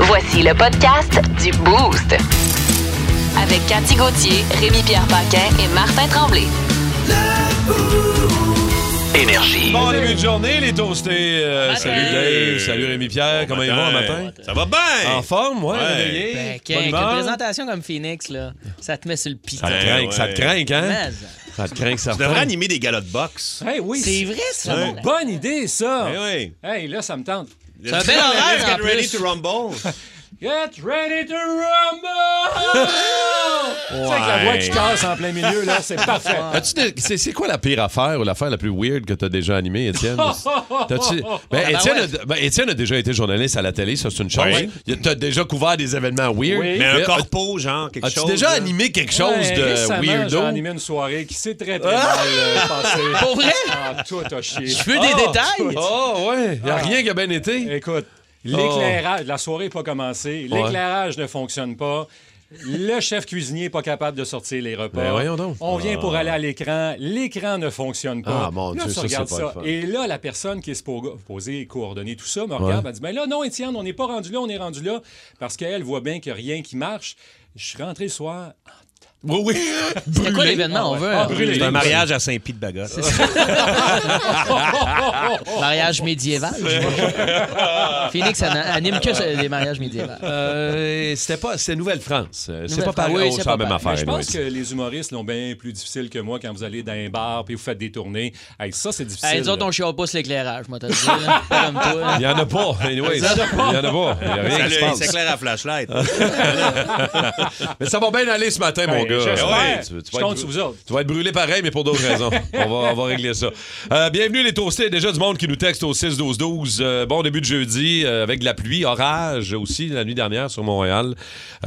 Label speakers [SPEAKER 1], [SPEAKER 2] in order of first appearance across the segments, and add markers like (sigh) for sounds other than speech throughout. [SPEAKER 1] Voici le podcast du Boost. Avec Cathy Gauthier, Rémi-Pierre Paquin et Martin Tremblay.
[SPEAKER 2] Énergie.
[SPEAKER 3] Bon début de journée, les toastés. Euh,
[SPEAKER 4] Matin.
[SPEAKER 3] salut Dave, salut Rémi-Pierre. Comment ils vont le matin?
[SPEAKER 5] Ça va bien!
[SPEAKER 3] En forme, ouais,
[SPEAKER 5] Ouais.
[SPEAKER 3] réveillé.
[SPEAKER 4] Ben,
[SPEAKER 3] bonne
[SPEAKER 4] qu'un- qu'une
[SPEAKER 3] humeur.
[SPEAKER 4] présentation comme Phoenix, là, ça te met sur le
[SPEAKER 5] (laughs)
[SPEAKER 4] pied.
[SPEAKER 3] Ça te
[SPEAKER 5] Ouais,
[SPEAKER 3] craint, ça te craint, hein?
[SPEAKER 4] Mais-
[SPEAKER 3] Ça te craint, ça
[SPEAKER 5] Tu devrais animer des galas de boxe.
[SPEAKER 6] Hey, oui,
[SPEAKER 4] C'est vrai, ça.
[SPEAKER 6] c'est
[SPEAKER 4] mon
[SPEAKER 6] une
[SPEAKER 4] gars.
[SPEAKER 6] bonne idée, ça.
[SPEAKER 5] Eh oui.
[SPEAKER 6] Hey, là, ça me tente.
[SPEAKER 5] C'est
[SPEAKER 4] un bel horaire,
[SPEAKER 5] Let's get
[SPEAKER 4] en
[SPEAKER 5] ready
[SPEAKER 4] plus.
[SPEAKER 5] to rumble.
[SPEAKER 6] Get ready to rumble! Tu sais, avec la voix qui casse en plein milieu, là,
[SPEAKER 3] (laughs)
[SPEAKER 6] c'est
[SPEAKER 4] (laughs)
[SPEAKER 6] parfait.
[SPEAKER 3] As-tu des- c'est, c'est quoi la pire affaire ou l'affaire la plus weird que tu as déjà animée, (laughs) Étienne? T'as-tu-
[SPEAKER 4] Ah,
[SPEAKER 3] Ben, Étienne, a, ben, Étienne a déjà été journaliste à la télé, ça c'est une chose.
[SPEAKER 5] Oui.
[SPEAKER 3] Il- T'as déjà couvert des événements weird. euh,
[SPEAKER 6] Oui.
[SPEAKER 5] Mais un
[SPEAKER 3] as-
[SPEAKER 5] corpo, genre, quelque
[SPEAKER 3] As-tu
[SPEAKER 5] chose.
[SPEAKER 3] déjà
[SPEAKER 5] là.
[SPEAKER 3] animé quelque chose
[SPEAKER 6] Ouais, récemment,
[SPEAKER 3] de
[SPEAKER 6] J'ai
[SPEAKER 3] weirdo?
[SPEAKER 6] animé une soirée qui s'est très, très mal euh, passée.
[SPEAKER 4] Ah! Pour vrai?
[SPEAKER 6] Ah, tout a chié.
[SPEAKER 4] Je veux des
[SPEAKER 3] Ah!
[SPEAKER 4] détails. Ah.
[SPEAKER 3] Oh, ouais.
[SPEAKER 6] Ah.
[SPEAKER 3] Il a rien qui a bien été.
[SPEAKER 6] Écoute,
[SPEAKER 3] Oh.
[SPEAKER 6] l'éclairage, la soirée n'est pas commencée, l'éclairage ne fonctionne pas. Le chef cuisinier n'est pas capable de sortir les repas.
[SPEAKER 3] Ben voyons donc.
[SPEAKER 6] On vient pour aller à l'écran. L'écran ne fonctionne pas.
[SPEAKER 3] Ah, mon
[SPEAKER 6] là,
[SPEAKER 3] Dieu,
[SPEAKER 6] tu
[SPEAKER 3] ça,
[SPEAKER 6] regardes
[SPEAKER 3] c'est pas le fun.
[SPEAKER 6] Et là, la personne qui est suppo- supposée coordonner tout ça me regarde. Elle dit Mais là, non, Étienne, on n'est pas rendu là, on est rendu là. Parce qu'elle voit bien qu'il n'y a rien qui marche. Je suis rentré le soir.
[SPEAKER 3] Oui, oui.
[SPEAKER 4] C'est quoi l'événement? On veut
[SPEAKER 6] Ah,
[SPEAKER 4] un
[SPEAKER 6] brûlé.
[SPEAKER 5] C'est un mariage à Saint-Pie-de-Bagotte. (laughs)
[SPEAKER 4] mariage médiéval. Phoenix an- anime que ce- des mariages médiévaux.
[SPEAKER 3] Euh, c'était pas, c'est Nouvelle-France. Euh, C'est pas
[SPEAKER 4] Nouvelle-France.
[SPEAKER 3] pareil,
[SPEAKER 4] Oui,
[SPEAKER 3] on
[SPEAKER 4] c'est
[SPEAKER 3] sent la
[SPEAKER 4] pas
[SPEAKER 3] même
[SPEAKER 6] Mais
[SPEAKER 3] affaire.
[SPEAKER 6] je pense
[SPEAKER 3] anyway.
[SPEAKER 6] que les humoristes l'ont bien plus difficile que moi quand vous allez dans un bar puis vous faites des tournées. Hey, ça, c'est difficile.
[SPEAKER 4] Hey, nous autres, on chiale pas sur l'éclairage, moi, t'as dit. là. Pas comme toi.
[SPEAKER 3] Il y en a pas, anyway. Il y en a pas. Il y a rien
[SPEAKER 5] Ça,
[SPEAKER 3] qui
[SPEAKER 5] là,
[SPEAKER 3] se
[SPEAKER 5] il
[SPEAKER 3] passe.
[SPEAKER 5] s'éclaire à flashlight.
[SPEAKER 3] (laughs) Mais ça va bien aller ce matin, mon
[SPEAKER 6] Hey,
[SPEAKER 3] gars.
[SPEAKER 6] Ben, j'espère.
[SPEAKER 3] Ouais, tu- tu
[SPEAKER 6] Je
[SPEAKER 3] vas
[SPEAKER 6] compte
[SPEAKER 3] être-
[SPEAKER 6] sur vous autres.
[SPEAKER 3] Tu vas être brûlé pareil, mais pour d'autres
[SPEAKER 6] (laughs)
[SPEAKER 3] raisons. on, va, on va régler ça. Euh, bienvenue les toastés. Il y a Déjà du monde qui nous texte au 6-12-12. Euh, bon début de jeudi euh, avec de la pluie, orage aussi la nuit dernière sur Montréal.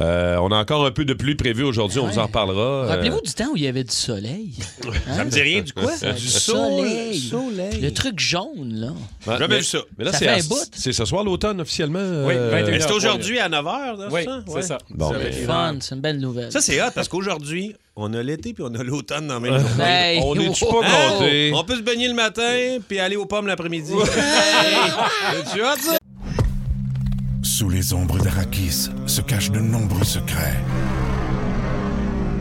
[SPEAKER 3] Euh, on a encore un peu de pluie prévue aujourd'hui. On vous en reparlera. Euh,
[SPEAKER 4] Rappelez-vous du temps où il y avait du soleil. Hein?
[SPEAKER 5] Ça me dit rien du quoi?
[SPEAKER 4] Du soleil. Le truc jaune, là.
[SPEAKER 3] ouais,
[SPEAKER 5] Jamais
[SPEAKER 3] mais-
[SPEAKER 5] vu ça.
[SPEAKER 3] Mais là,
[SPEAKER 4] Ça
[SPEAKER 3] c'est
[SPEAKER 4] fait
[SPEAKER 3] à-
[SPEAKER 4] un bout.
[SPEAKER 3] C'est ce soir l'automne officiellement.
[SPEAKER 6] Oui,
[SPEAKER 3] euh,
[SPEAKER 6] 21
[SPEAKER 5] Mais c'est
[SPEAKER 6] heures.
[SPEAKER 5] aujourd'hui à 9h,
[SPEAKER 6] Oui,
[SPEAKER 5] ça?
[SPEAKER 6] c'est
[SPEAKER 5] Ouais.
[SPEAKER 6] ça.
[SPEAKER 3] Bon, ben,
[SPEAKER 4] C'est fun, c'est une belle nouvelle.
[SPEAKER 5] Ça, c'est hot parce qu'aujourd'hui, on a l'été puis on a l'automne dans la même journée.
[SPEAKER 4] Hey,
[SPEAKER 3] on est-tu
[SPEAKER 4] wow.
[SPEAKER 3] pas gâtés?
[SPEAKER 5] On peut se baigner le matin puis aller aux pommes l'après-midi. (laughs) Ah! tu hot, ça?
[SPEAKER 7] Sous les ombres d'Arakis se cachent de nombreux secrets.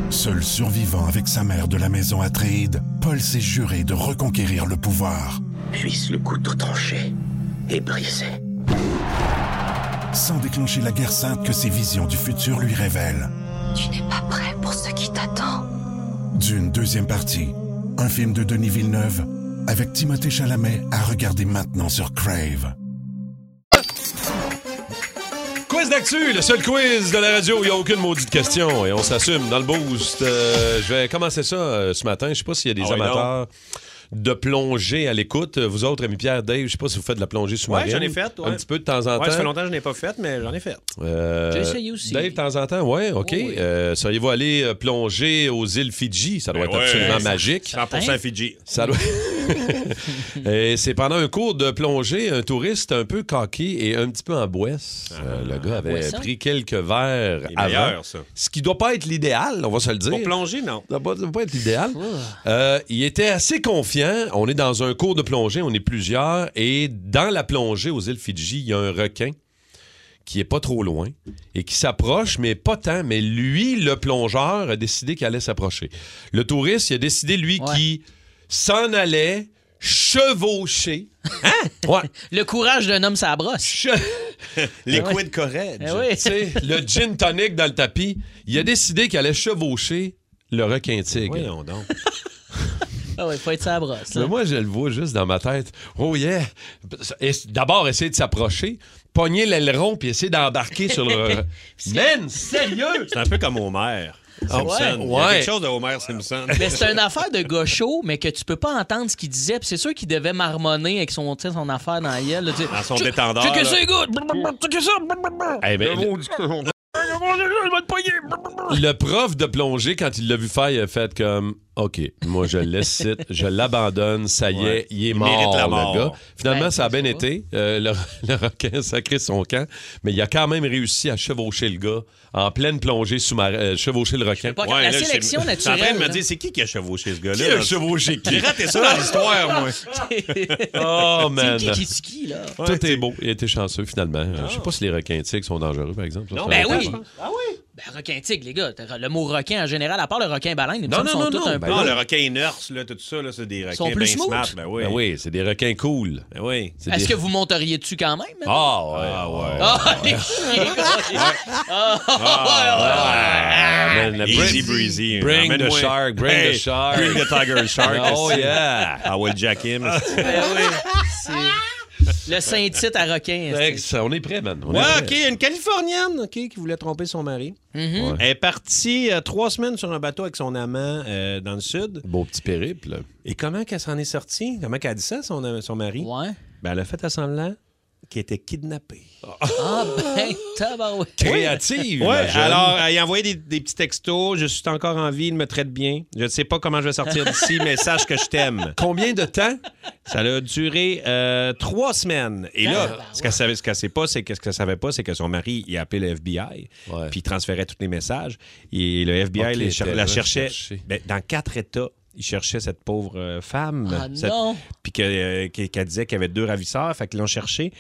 [SPEAKER 7] Seul survivant avec sa mère de la maison Atréide, Paul s'est juré de reconquérir le pouvoir.
[SPEAKER 2] Puisse le couteau tranché et brisé.
[SPEAKER 7] Sans déclencher la guerre sainte que ses visions du futur lui révèlent.
[SPEAKER 8] Tu n'es pas prêt pour ce qui t'attend.
[SPEAKER 7] D'une deuxième partie, un film de Denis Villeneuve, avec Timothée Chalamet à regarder maintenant sur Crave.
[SPEAKER 3] Quiz d'actu, le seul quiz de la radio où il n'y a aucune maudite question et on s'assume dans le boost. Euh, je vais commencer ça euh, ce matin. Je sais pas s'il y a des
[SPEAKER 5] Ah ouais,
[SPEAKER 3] amateurs de plongée à l'écoute. Euh, Vous autres, Rémi Pierre, Dave, je sais pas si vous faites de la plongée
[SPEAKER 5] Ouais,
[SPEAKER 3] sous-marine.
[SPEAKER 5] j'en ai fait, ouais.
[SPEAKER 3] Un petit peu de temps en temps.
[SPEAKER 5] Ouais, ça fait longtemps que je n'ai pas fait, mais j'en ai fait.
[SPEAKER 3] Euh,
[SPEAKER 4] J'ai essayé aussi. Oh,
[SPEAKER 3] Dave, de temps en temps, ouais, OK.
[SPEAKER 4] Oui, oui.
[SPEAKER 3] Euh, Seriez-vous allé euh, plonger aux îles Fidji? Ça doit
[SPEAKER 5] Ben
[SPEAKER 3] être
[SPEAKER 5] ouais,
[SPEAKER 3] absolument
[SPEAKER 5] ça-
[SPEAKER 3] magique.
[SPEAKER 4] Hein?
[SPEAKER 5] 100% Fidji.
[SPEAKER 3] Ça doit... (laughs) et c'est pendant un cours de plongée, un touriste un peu coquille et un petit peu en boisse. Euh, le gars avait
[SPEAKER 4] boisson.
[SPEAKER 3] pris quelques verres
[SPEAKER 5] C'est
[SPEAKER 3] avant.
[SPEAKER 5] meilleur, Ah, ça.
[SPEAKER 3] Ce qui doit pas être l'idéal, on va se le dire.
[SPEAKER 5] Pour plonger, non.
[SPEAKER 3] Ça doit pas- ça doit pas être l'idéal. Euh, il était assez confiant. On est dans un cours de plongée, on est plusieurs. Et dans la plongée aux îles Fidji, il y a un requin qui est pas trop loin et qui s'approche, mais pas tant. Mais lui, le plongeur, a décidé qu'il allait s'approcher. Le touriste, il a décidé, lui,
[SPEAKER 4] Ouais.
[SPEAKER 3] qui s'en allait chevaucher. Hein? Ouais.
[SPEAKER 4] (laughs) Le courage d'un homme, ça brosse.
[SPEAKER 3] Che-
[SPEAKER 5] Liquid courage.
[SPEAKER 4] Eh oui.
[SPEAKER 3] tu sais, le gin tonic dans le tapis. Il a décidé qu'il allait chevaucher le requin tigre.
[SPEAKER 5] Voyons donc.
[SPEAKER 4] Ah ouais, faut être ça brosse. là.
[SPEAKER 3] Mais moi, je le vois juste dans ma tête. Oh yeah! Et- D'abord, essayer de s'approcher,
[SPEAKER 4] (laughs)
[SPEAKER 3] pogner l'aileron, puis essayer d'embarquer sur le... Man, sérieux!
[SPEAKER 5] C'est un peu comme Homer. Simpson.
[SPEAKER 3] Ah, ouais.
[SPEAKER 5] Il y a
[SPEAKER 3] Ouais.
[SPEAKER 5] quelque chose de Homer Simpson.
[SPEAKER 4] Mais c'est une affaire de gaucho, mais que tu peux pas entendre ce qu'il disait. Puis c'est sûr qu'il devait marmonner avec son, tu sais, son affaire dans la gueule. là, tu sais,
[SPEAKER 5] Dans son
[SPEAKER 4] Tu-
[SPEAKER 5] détendard,
[SPEAKER 4] Tu que
[SPEAKER 5] là.
[SPEAKER 4] c'est good! Blablabla, Tu que ça! blablabla.
[SPEAKER 3] Eh ben, le, le prof de plongée, quand il l'a vu faire, il a fait comme OK, moi je le laisse ici, je l'abandonne, ça y est,
[SPEAKER 5] Ouais.
[SPEAKER 3] il est
[SPEAKER 5] Il
[SPEAKER 3] mort,
[SPEAKER 5] mérite la
[SPEAKER 3] le
[SPEAKER 5] mort.
[SPEAKER 3] gars. Finalement,
[SPEAKER 4] Ben,
[SPEAKER 3] ça a
[SPEAKER 4] je sais
[SPEAKER 3] bien
[SPEAKER 4] pas.
[SPEAKER 3] été. Euh, le, (laughs) le requin a sacré son camp, mais il a quand même réussi à chevaucher le gars en pleine plongée sous-marine, euh, chevaucher le requin.
[SPEAKER 4] pas- La
[SPEAKER 5] je sais-
[SPEAKER 4] sélection
[SPEAKER 5] je suis en train de
[SPEAKER 4] naturelle,
[SPEAKER 5] me
[SPEAKER 4] là.
[SPEAKER 5] dire, c'est qui qui a chevauché ce
[SPEAKER 3] Qui
[SPEAKER 5] gars-là?
[SPEAKER 3] a
[SPEAKER 5] là?
[SPEAKER 3] chevauché qui?
[SPEAKER 5] J'ai raté (laughs) ça dans
[SPEAKER 9] (laughs)
[SPEAKER 5] l'histoire, moi.
[SPEAKER 3] Oh,
[SPEAKER 4] C'est
[SPEAKER 3] man!
[SPEAKER 4] qui qui c'est qui, là?
[SPEAKER 3] Tout est beau. Il était chanceux, finalement. Euh, Je sais pas si les requins tigres sont dangereux, par exemple. Ça,
[SPEAKER 5] Non,
[SPEAKER 3] ça
[SPEAKER 4] Ben
[SPEAKER 3] va
[SPEAKER 4] oui!
[SPEAKER 3] pas.
[SPEAKER 4] Ben, requin tigre, les gars. T'as- Le mot requin en général, à part le requin baleine, ils
[SPEAKER 3] Non,
[SPEAKER 4] sont
[SPEAKER 3] non, non,
[SPEAKER 4] tous
[SPEAKER 3] non,
[SPEAKER 4] un
[SPEAKER 3] ben
[SPEAKER 4] peu.
[SPEAKER 5] Non, Ah, le requin nurse, là, tout ça, là, c'est des requins
[SPEAKER 4] sont plus
[SPEAKER 5] bien
[SPEAKER 4] smooth.
[SPEAKER 5] smart. Ben oui.
[SPEAKER 3] Ben oui, c'est des requins cool.
[SPEAKER 5] Ben oui.
[SPEAKER 3] C'est
[SPEAKER 4] Est-ce
[SPEAKER 3] des-
[SPEAKER 4] que vous monteriez dessus quand même? hein?
[SPEAKER 3] Ah, ouais. ouais. Ah,
[SPEAKER 4] Ah, (laughs) les chiens, Ah,
[SPEAKER 3] Man, le
[SPEAKER 5] Easy
[SPEAKER 3] bring-
[SPEAKER 5] breezy.
[SPEAKER 3] Bring the
[SPEAKER 5] Emmène-moi.
[SPEAKER 3] shark, bring
[SPEAKER 5] Hey,
[SPEAKER 3] the shark.
[SPEAKER 5] Bring the tiger shark.
[SPEAKER 3] Oh,
[SPEAKER 5] esti.
[SPEAKER 3] yeah.
[SPEAKER 5] I will jack him. esti.
[SPEAKER 3] (laughs) Ah,
[SPEAKER 4] c'est- Le saint-titre à requin. c'est-
[SPEAKER 3] Ex, on est prêt, man. On
[SPEAKER 5] Ouais,
[SPEAKER 3] est
[SPEAKER 5] OK,
[SPEAKER 3] prêt.
[SPEAKER 5] une Californienne ok, qui voulait tromper son mari.
[SPEAKER 4] Mhm.
[SPEAKER 3] Ouais.
[SPEAKER 5] Elle est partie euh, trois semaines sur un bateau avec son amant euh, dans le sud.
[SPEAKER 3] Beau petit périple.
[SPEAKER 5] Et comment qu'elle s'en est sortie? Comment qu'elle a dit ça, son, am- son mari?
[SPEAKER 4] Ouais.
[SPEAKER 5] Ben, elle a fait à semblant qu'elle était kidnappée.
[SPEAKER 4] Ah, ben, tabarouette.
[SPEAKER 3] Créative.
[SPEAKER 5] Ouais,
[SPEAKER 3] la jeune.
[SPEAKER 5] alors, elle a envoyé des, des petits textos. Je suis encore en vie, il me traite bien. Je ne sais pas comment je vais sortir d'ici, mais sache que je t'aime.
[SPEAKER 3] (laughs) Combien de temps?
[SPEAKER 5] Ça a duré euh, trois semaines. Et là,
[SPEAKER 4] Ah,
[SPEAKER 5] ce qu'elle savait, ce qu'elle sait pas, c'est que ce qu'elle savait pas, c'est que son mari, il a appelé le FBI,
[SPEAKER 3] Ouais. Ah,
[SPEAKER 5] puis il transférait tous les messages. Et le FBI
[SPEAKER 3] Ok,
[SPEAKER 5] les cher-
[SPEAKER 3] elle
[SPEAKER 5] la
[SPEAKER 3] va
[SPEAKER 5] cherchait
[SPEAKER 3] chercher.
[SPEAKER 5] ben, dans quatre États. Il cherchait cette pauvre euh, femme.
[SPEAKER 4] Ah,
[SPEAKER 5] Cette-
[SPEAKER 4] non.
[SPEAKER 5] Puis que, euh, qu'elle qu'elle disait qu'il y avait deux ravisseurs, fait qu'ils l'ont cherché.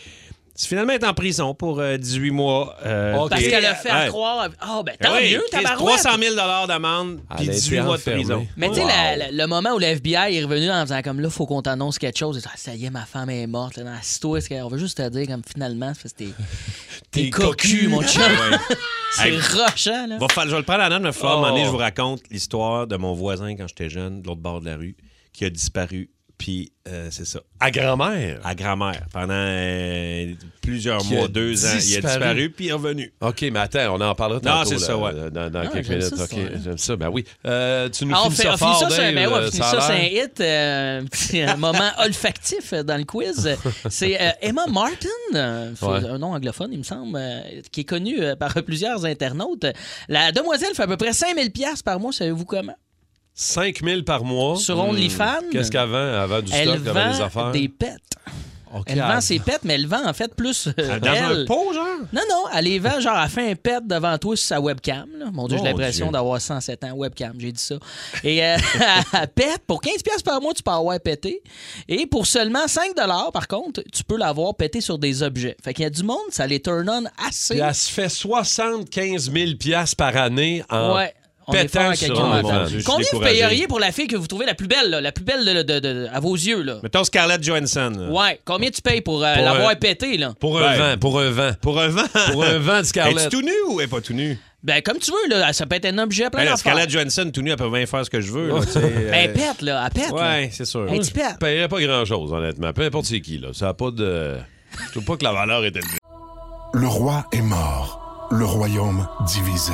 [SPEAKER 5] Finalement, elle est en prison pour euh, 18 mois. euh,
[SPEAKER 3] Ok.
[SPEAKER 4] Parce qu'elle a fait
[SPEAKER 5] Ouais.
[SPEAKER 4] croire. Ah, ben, tant
[SPEAKER 5] Oui,
[SPEAKER 4] mieux,
[SPEAKER 5] Chris,
[SPEAKER 4] tabarouette.
[SPEAKER 5] 300 000 d'amende, puis
[SPEAKER 3] Elle a été
[SPEAKER 5] 18 mois de
[SPEAKER 3] enfermée.
[SPEAKER 5] prison.
[SPEAKER 4] Mais tu sais,
[SPEAKER 3] Wow.
[SPEAKER 4] la- la- le moment où le FBI est revenu en disant comme là, faut qu'on t'annonce quelque chose. Et, ah, ça y est, ma femme est morte. Là, dans la citoie, on veut juste te dire comme finalement, c'est parce que t'es- t'es cocu, mon chum. (laughs) C'est
[SPEAKER 5] Hey,
[SPEAKER 4] rochant, là.
[SPEAKER 5] Va falloir- je vais le prendre à la note, mais il va falloir,
[SPEAKER 3] Oh.
[SPEAKER 5] un moment donné, je vous raconte l'histoire de mon voisin quand j'étais jeune, de l'autre bord de la rue, qui a disparu. Puis euh, c'est ça,
[SPEAKER 3] À grand-mère.
[SPEAKER 5] à grand-mère, pendant euh, plusieurs
[SPEAKER 3] Qui a
[SPEAKER 5] mois, deux ans, il a
[SPEAKER 3] disparu.
[SPEAKER 5] disparu, puis il est revenu.
[SPEAKER 3] OK, mais attends, on en parlera tantôt.
[SPEAKER 5] Non, c'est
[SPEAKER 3] là,
[SPEAKER 5] ça, ouais.
[SPEAKER 3] euh, Dans, dans
[SPEAKER 4] Ah,
[SPEAKER 3] quelques
[SPEAKER 4] j'aime
[SPEAKER 3] minutes.
[SPEAKER 4] ça,
[SPEAKER 3] OK,
[SPEAKER 4] cette histoire-là.
[SPEAKER 3] j'aime ça. Ben oui. Euh, tu nous
[SPEAKER 4] Ah, on
[SPEAKER 3] finis
[SPEAKER 4] fait,
[SPEAKER 3] ça
[SPEAKER 4] on finit
[SPEAKER 3] fort,
[SPEAKER 4] ça, c'est un-
[SPEAKER 3] Dave,
[SPEAKER 4] ben ouais, on
[SPEAKER 3] euh,
[SPEAKER 4] finit
[SPEAKER 3] a
[SPEAKER 4] ça, c'est un
[SPEAKER 3] l'air.
[SPEAKER 4] hit, euh, un petit euh, (laughs) moment olfactif euh, dans le quiz. C'est euh, Emma Martin, euh, faut-
[SPEAKER 3] Ouais.
[SPEAKER 4] un nom anglophone, il me semble, euh, qui est connue euh, par plusieurs internautes. La demoiselle fait à peu près 5000 pièces par mois, savez-vous comment?
[SPEAKER 3] 5 000 par mois.
[SPEAKER 4] Sur OnlyFans.
[SPEAKER 3] Qu'est-ce qu'avant? Avant du
[SPEAKER 4] Elle
[SPEAKER 3] stock, avant des
[SPEAKER 4] vend
[SPEAKER 3] affaires.
[SPEAKER 4] des pets.
[SPEAKER 3] OK,
[SPEAKER 4] Elle vend ses pets, mais elle vend en fait plus. euh,
[SPEAKER 5] Dans
[SPEAKER 4] elle.
[SPEAKER 5] un pot, genre?
[SPEAKER 4] Non, non, elle les vend genre, elle fait un pet devant toi sur sa webcam. là. Mon Dieu, j'ai
[SPEAKER 5] Mon
[SPEAKER 4] l'impression
[SPEAKER 5] Dieu.
[SPEAKER 4] d'avoir 107 ans, webcam, j'ai dit ça. Et
[SPEAKER 5] (laughs)
[SPEAKER 4] euh, (laughs) elle pète, pour 15$ piastres par mois, tu peux avoir pété. Et pour seulement 5$, par contre, tu peux l'avoir pété sur des objets. Fait qu'il y a du monde, ça les turn on assez.
[SPEAKER 3] Puis elle se fait 75 000 piastres par année
[SPEAKER 5] Ah.
[SPEAKER 3] en
[SPEAKER 4] Ouais. On est fort
[SPEAKER 3] pétant
[SPEAKER 4] à
[SPEAKER 3] sur
[SPEAKER 4] quelqu'un
[SPEAKER 5] un
[SPEAKER 3] un
[SPEAKER 4] maintenant.
[SPEAKER 5] moment.
[SPEAKER 3] vent.
[SPEAKER 5] Mon Dieu, je suis
[SPEAKER 4] Combien vous
[SPEAKER 5] découragé.
[SPEAKER 4] payeriez pour la fille que vous trouvez la plus belle, là, la plus belle de- de- de- à vos yeux? Là?
[SPEAKER 5] Mettons Scarlett Johansson. là.
[SPEAKER 4] Ouais, combien tu payes pour, euh,
[SPEAKER 3] Pour,
[SPEAKER 4] l'avoir
[SPEAKER 3] euh,
[SPEAKER 4] pété? Là?
[SPEAKER 3] Pour un
[SPEAKER 5] Ouais. (laughs)
[SPEAKER 3] vent, pour un vent.
[SPEAKER 5] Pour un vent.
[SPEAKER 3] Pour
[SPEAKER 5] (laughs)
[SPEAKER 3] un vent de Scarlett.
[SPEAKER 5] Ben, Es-tu tout nu ou est pas tout nu?
[SPEAKER 4] Ben, comme tu veux, là, ça peut être un objet plein
[SPEAKER 5] Ben, là,
[SPEAKER 4] d'affaires.
[SPEAKER 5] Scarlett Johansson, tout nu, elle peut bien faire ce que je veux. Là, tu sais, euh,
[SPEAKER 4] Ben, elle pète, là, elle pète. là.
[SPEAKER 5] ouais, c'est sûr.
[SPEAKER 4] Un petit pète.
[SPEAKER 3] Je paierais pas grand-chose, honnêtement. Peu importe c'est qui, là. Ça a pas de... Je trouve pas que la valeur est élevée.
[SPEAKER 7] Le roi est mort, le royaume divisé.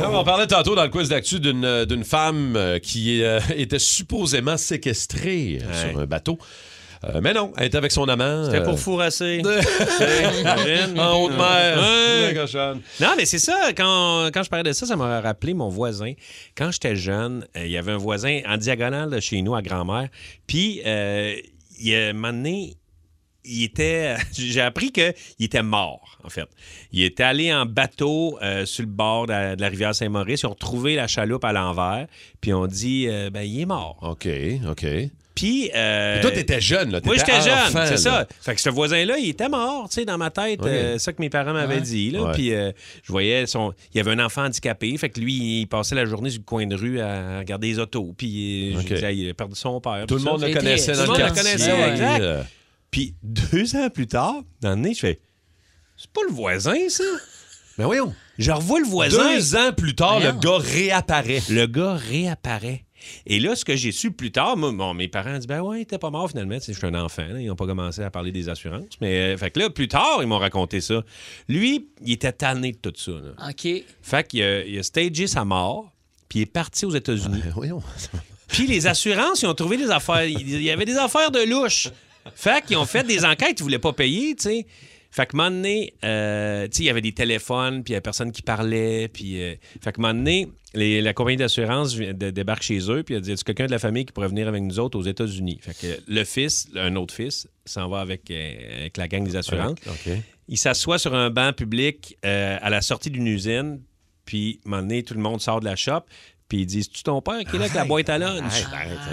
[SPEAKER 3] Non, mais on parlait tantôt dans le quiz d'actu d'une euh, d'une femme euh, qui euh, était supposément séquestrée euh,
[SPEAKER 5] Ouais.
[SPEAKER 3] sur un bateau. Euh, mais non, elle était avec son amant.
[SPEAKER 5] C'était
[SPEAKER 3] euh,
[SPEAKER 5] pour
[SPEAKER 3] (laughs)
[SPEAKER 5] fourrasser.
[SPEAKER 3] en haute mer.
[SPEAKER 5] Ouais.
[SPEAKER 3] Ouais, cochonne.
[SPEAKER 5] Non, mais c'est ça. Quand, quand je parlais de ça, ça m'a rappelé mon voisin. Quand j'étais jeune, euh, il y avait un voisin en diagonale de chez nous à grand-mère. Puis, euh, il a un moment donné, il était. (laughs) J'ai appris qu'il était mort, en fait. Il était allé en bateau euh, sur le bord de la, de la rivière Saint-Maurice. Ils ont trouvé la chaloupe à l'envers. Puis, on dit, euh, ben, il est mort.
[SPEAKER 3] OK, OK.
[SPEAKER 5] Puis. euh,
[SPEAKER 3] Et Toi, t'étais jeune, là.
[SPEAKER 5] moi,
[SPEAKER 3] t'étais
[SPEAKER 5] j'étais jeune,
[SPEAKER 3] enfant,
[SPEAKER 5] c'est
[SPEAKER 3] là.
[SPEAKER 5] ça. Fait que ce voisin-là, il était mort, tu sais, dans ma tête.
[SPEAKER 3] Oui.
[SPEAKER 5] euh, c'est ça que mes parents m'avaient dit, là.
[SPEAKER 3] Ouais.
[SPEAKER 5] Puis euh, je voyais, son... il y avait un enfant handicapé. Fait que lui, il passait la journée sur le coin de rue à regarder les autos. Puis euh, je
[SPEAKER 3] OK.
[SPEAKER 5] disais, ah, il a perdu son père.
[SPEAKER 3] Tout le
[SPEAKER 5] puis ça.
[SPEAKER 3] monde le
[SPEAKER 4] C'était-
[SPEAKER 3] connaissait dans
[SPEAKER 4] tout
[SPEAKER 3] le
[SPEAKER 4] le monde le
[SPEAKER 3] quartier.
[SPEAKER 5] connaissait, exact.
[SPEAKER 3] Euh,
[SPEAKER 5] Puis deux ans plus tard, dans l'année, je fais C'est pas le voisin, ça.
[SPEAKER 3] Mais Ben voyons.
[SPEAKER 5] Je revois le voisin.
[SPEAKER 3] Deux ans plus tard, le
[SPEAKER 4] Voyons.
[SPEAKER 3] gars réapparaît.
[SPEAKER 5] Le gars réapparaît. Et là, ce que j'ai su plus tard, moi, bon, mes parents ont dit Ben ouais, il était pas mort finalement. Tu sais, Je suis un enfant, là, ils n'ont pas commencé à parler des assurances. Mais euh, fait que là, plus tard, ils m'ont raconté ça. Lui, il était tanné de tout ça. là.
[SPEAKER 4] OK.
[SPEAKER 5] Fait qu'il a, il a stagé sa mort, puis il est parti aux États-Unis.
[SPEAKER 3] Ah, ben Voyons.
[SPEAKER 5] Puis les assurances, ils ont trouvé des affaires. Il y avait des affaires de louche. Fait qu'ils ont fait des enquêtes, ils voulaient pas payer, tu sais. Fait que un moment donné, euh, tu sais, il y avait des téléphones, puis il y avait personne qui parlait, puis... euh, fait que un moment donné, les- la compagnie d'assurance vi- dé- débarque chez eux, puis elle dit, y a quelqu'un de la famille qui pourrait venir avec nous autres aux États-Unis? Fait que euh, le fils, un autre fils, s'en va avec, euh, avec la gang des assurances.
[SPEAKER 3] OK.
[SPEAKER 5] Il s'assoit sur un banc public euh, à la sortie d'une usine, puis un moment donné, tout le monde sort de la shop, puis ils disent, tu ton père qui est là avec la boîte à lunch?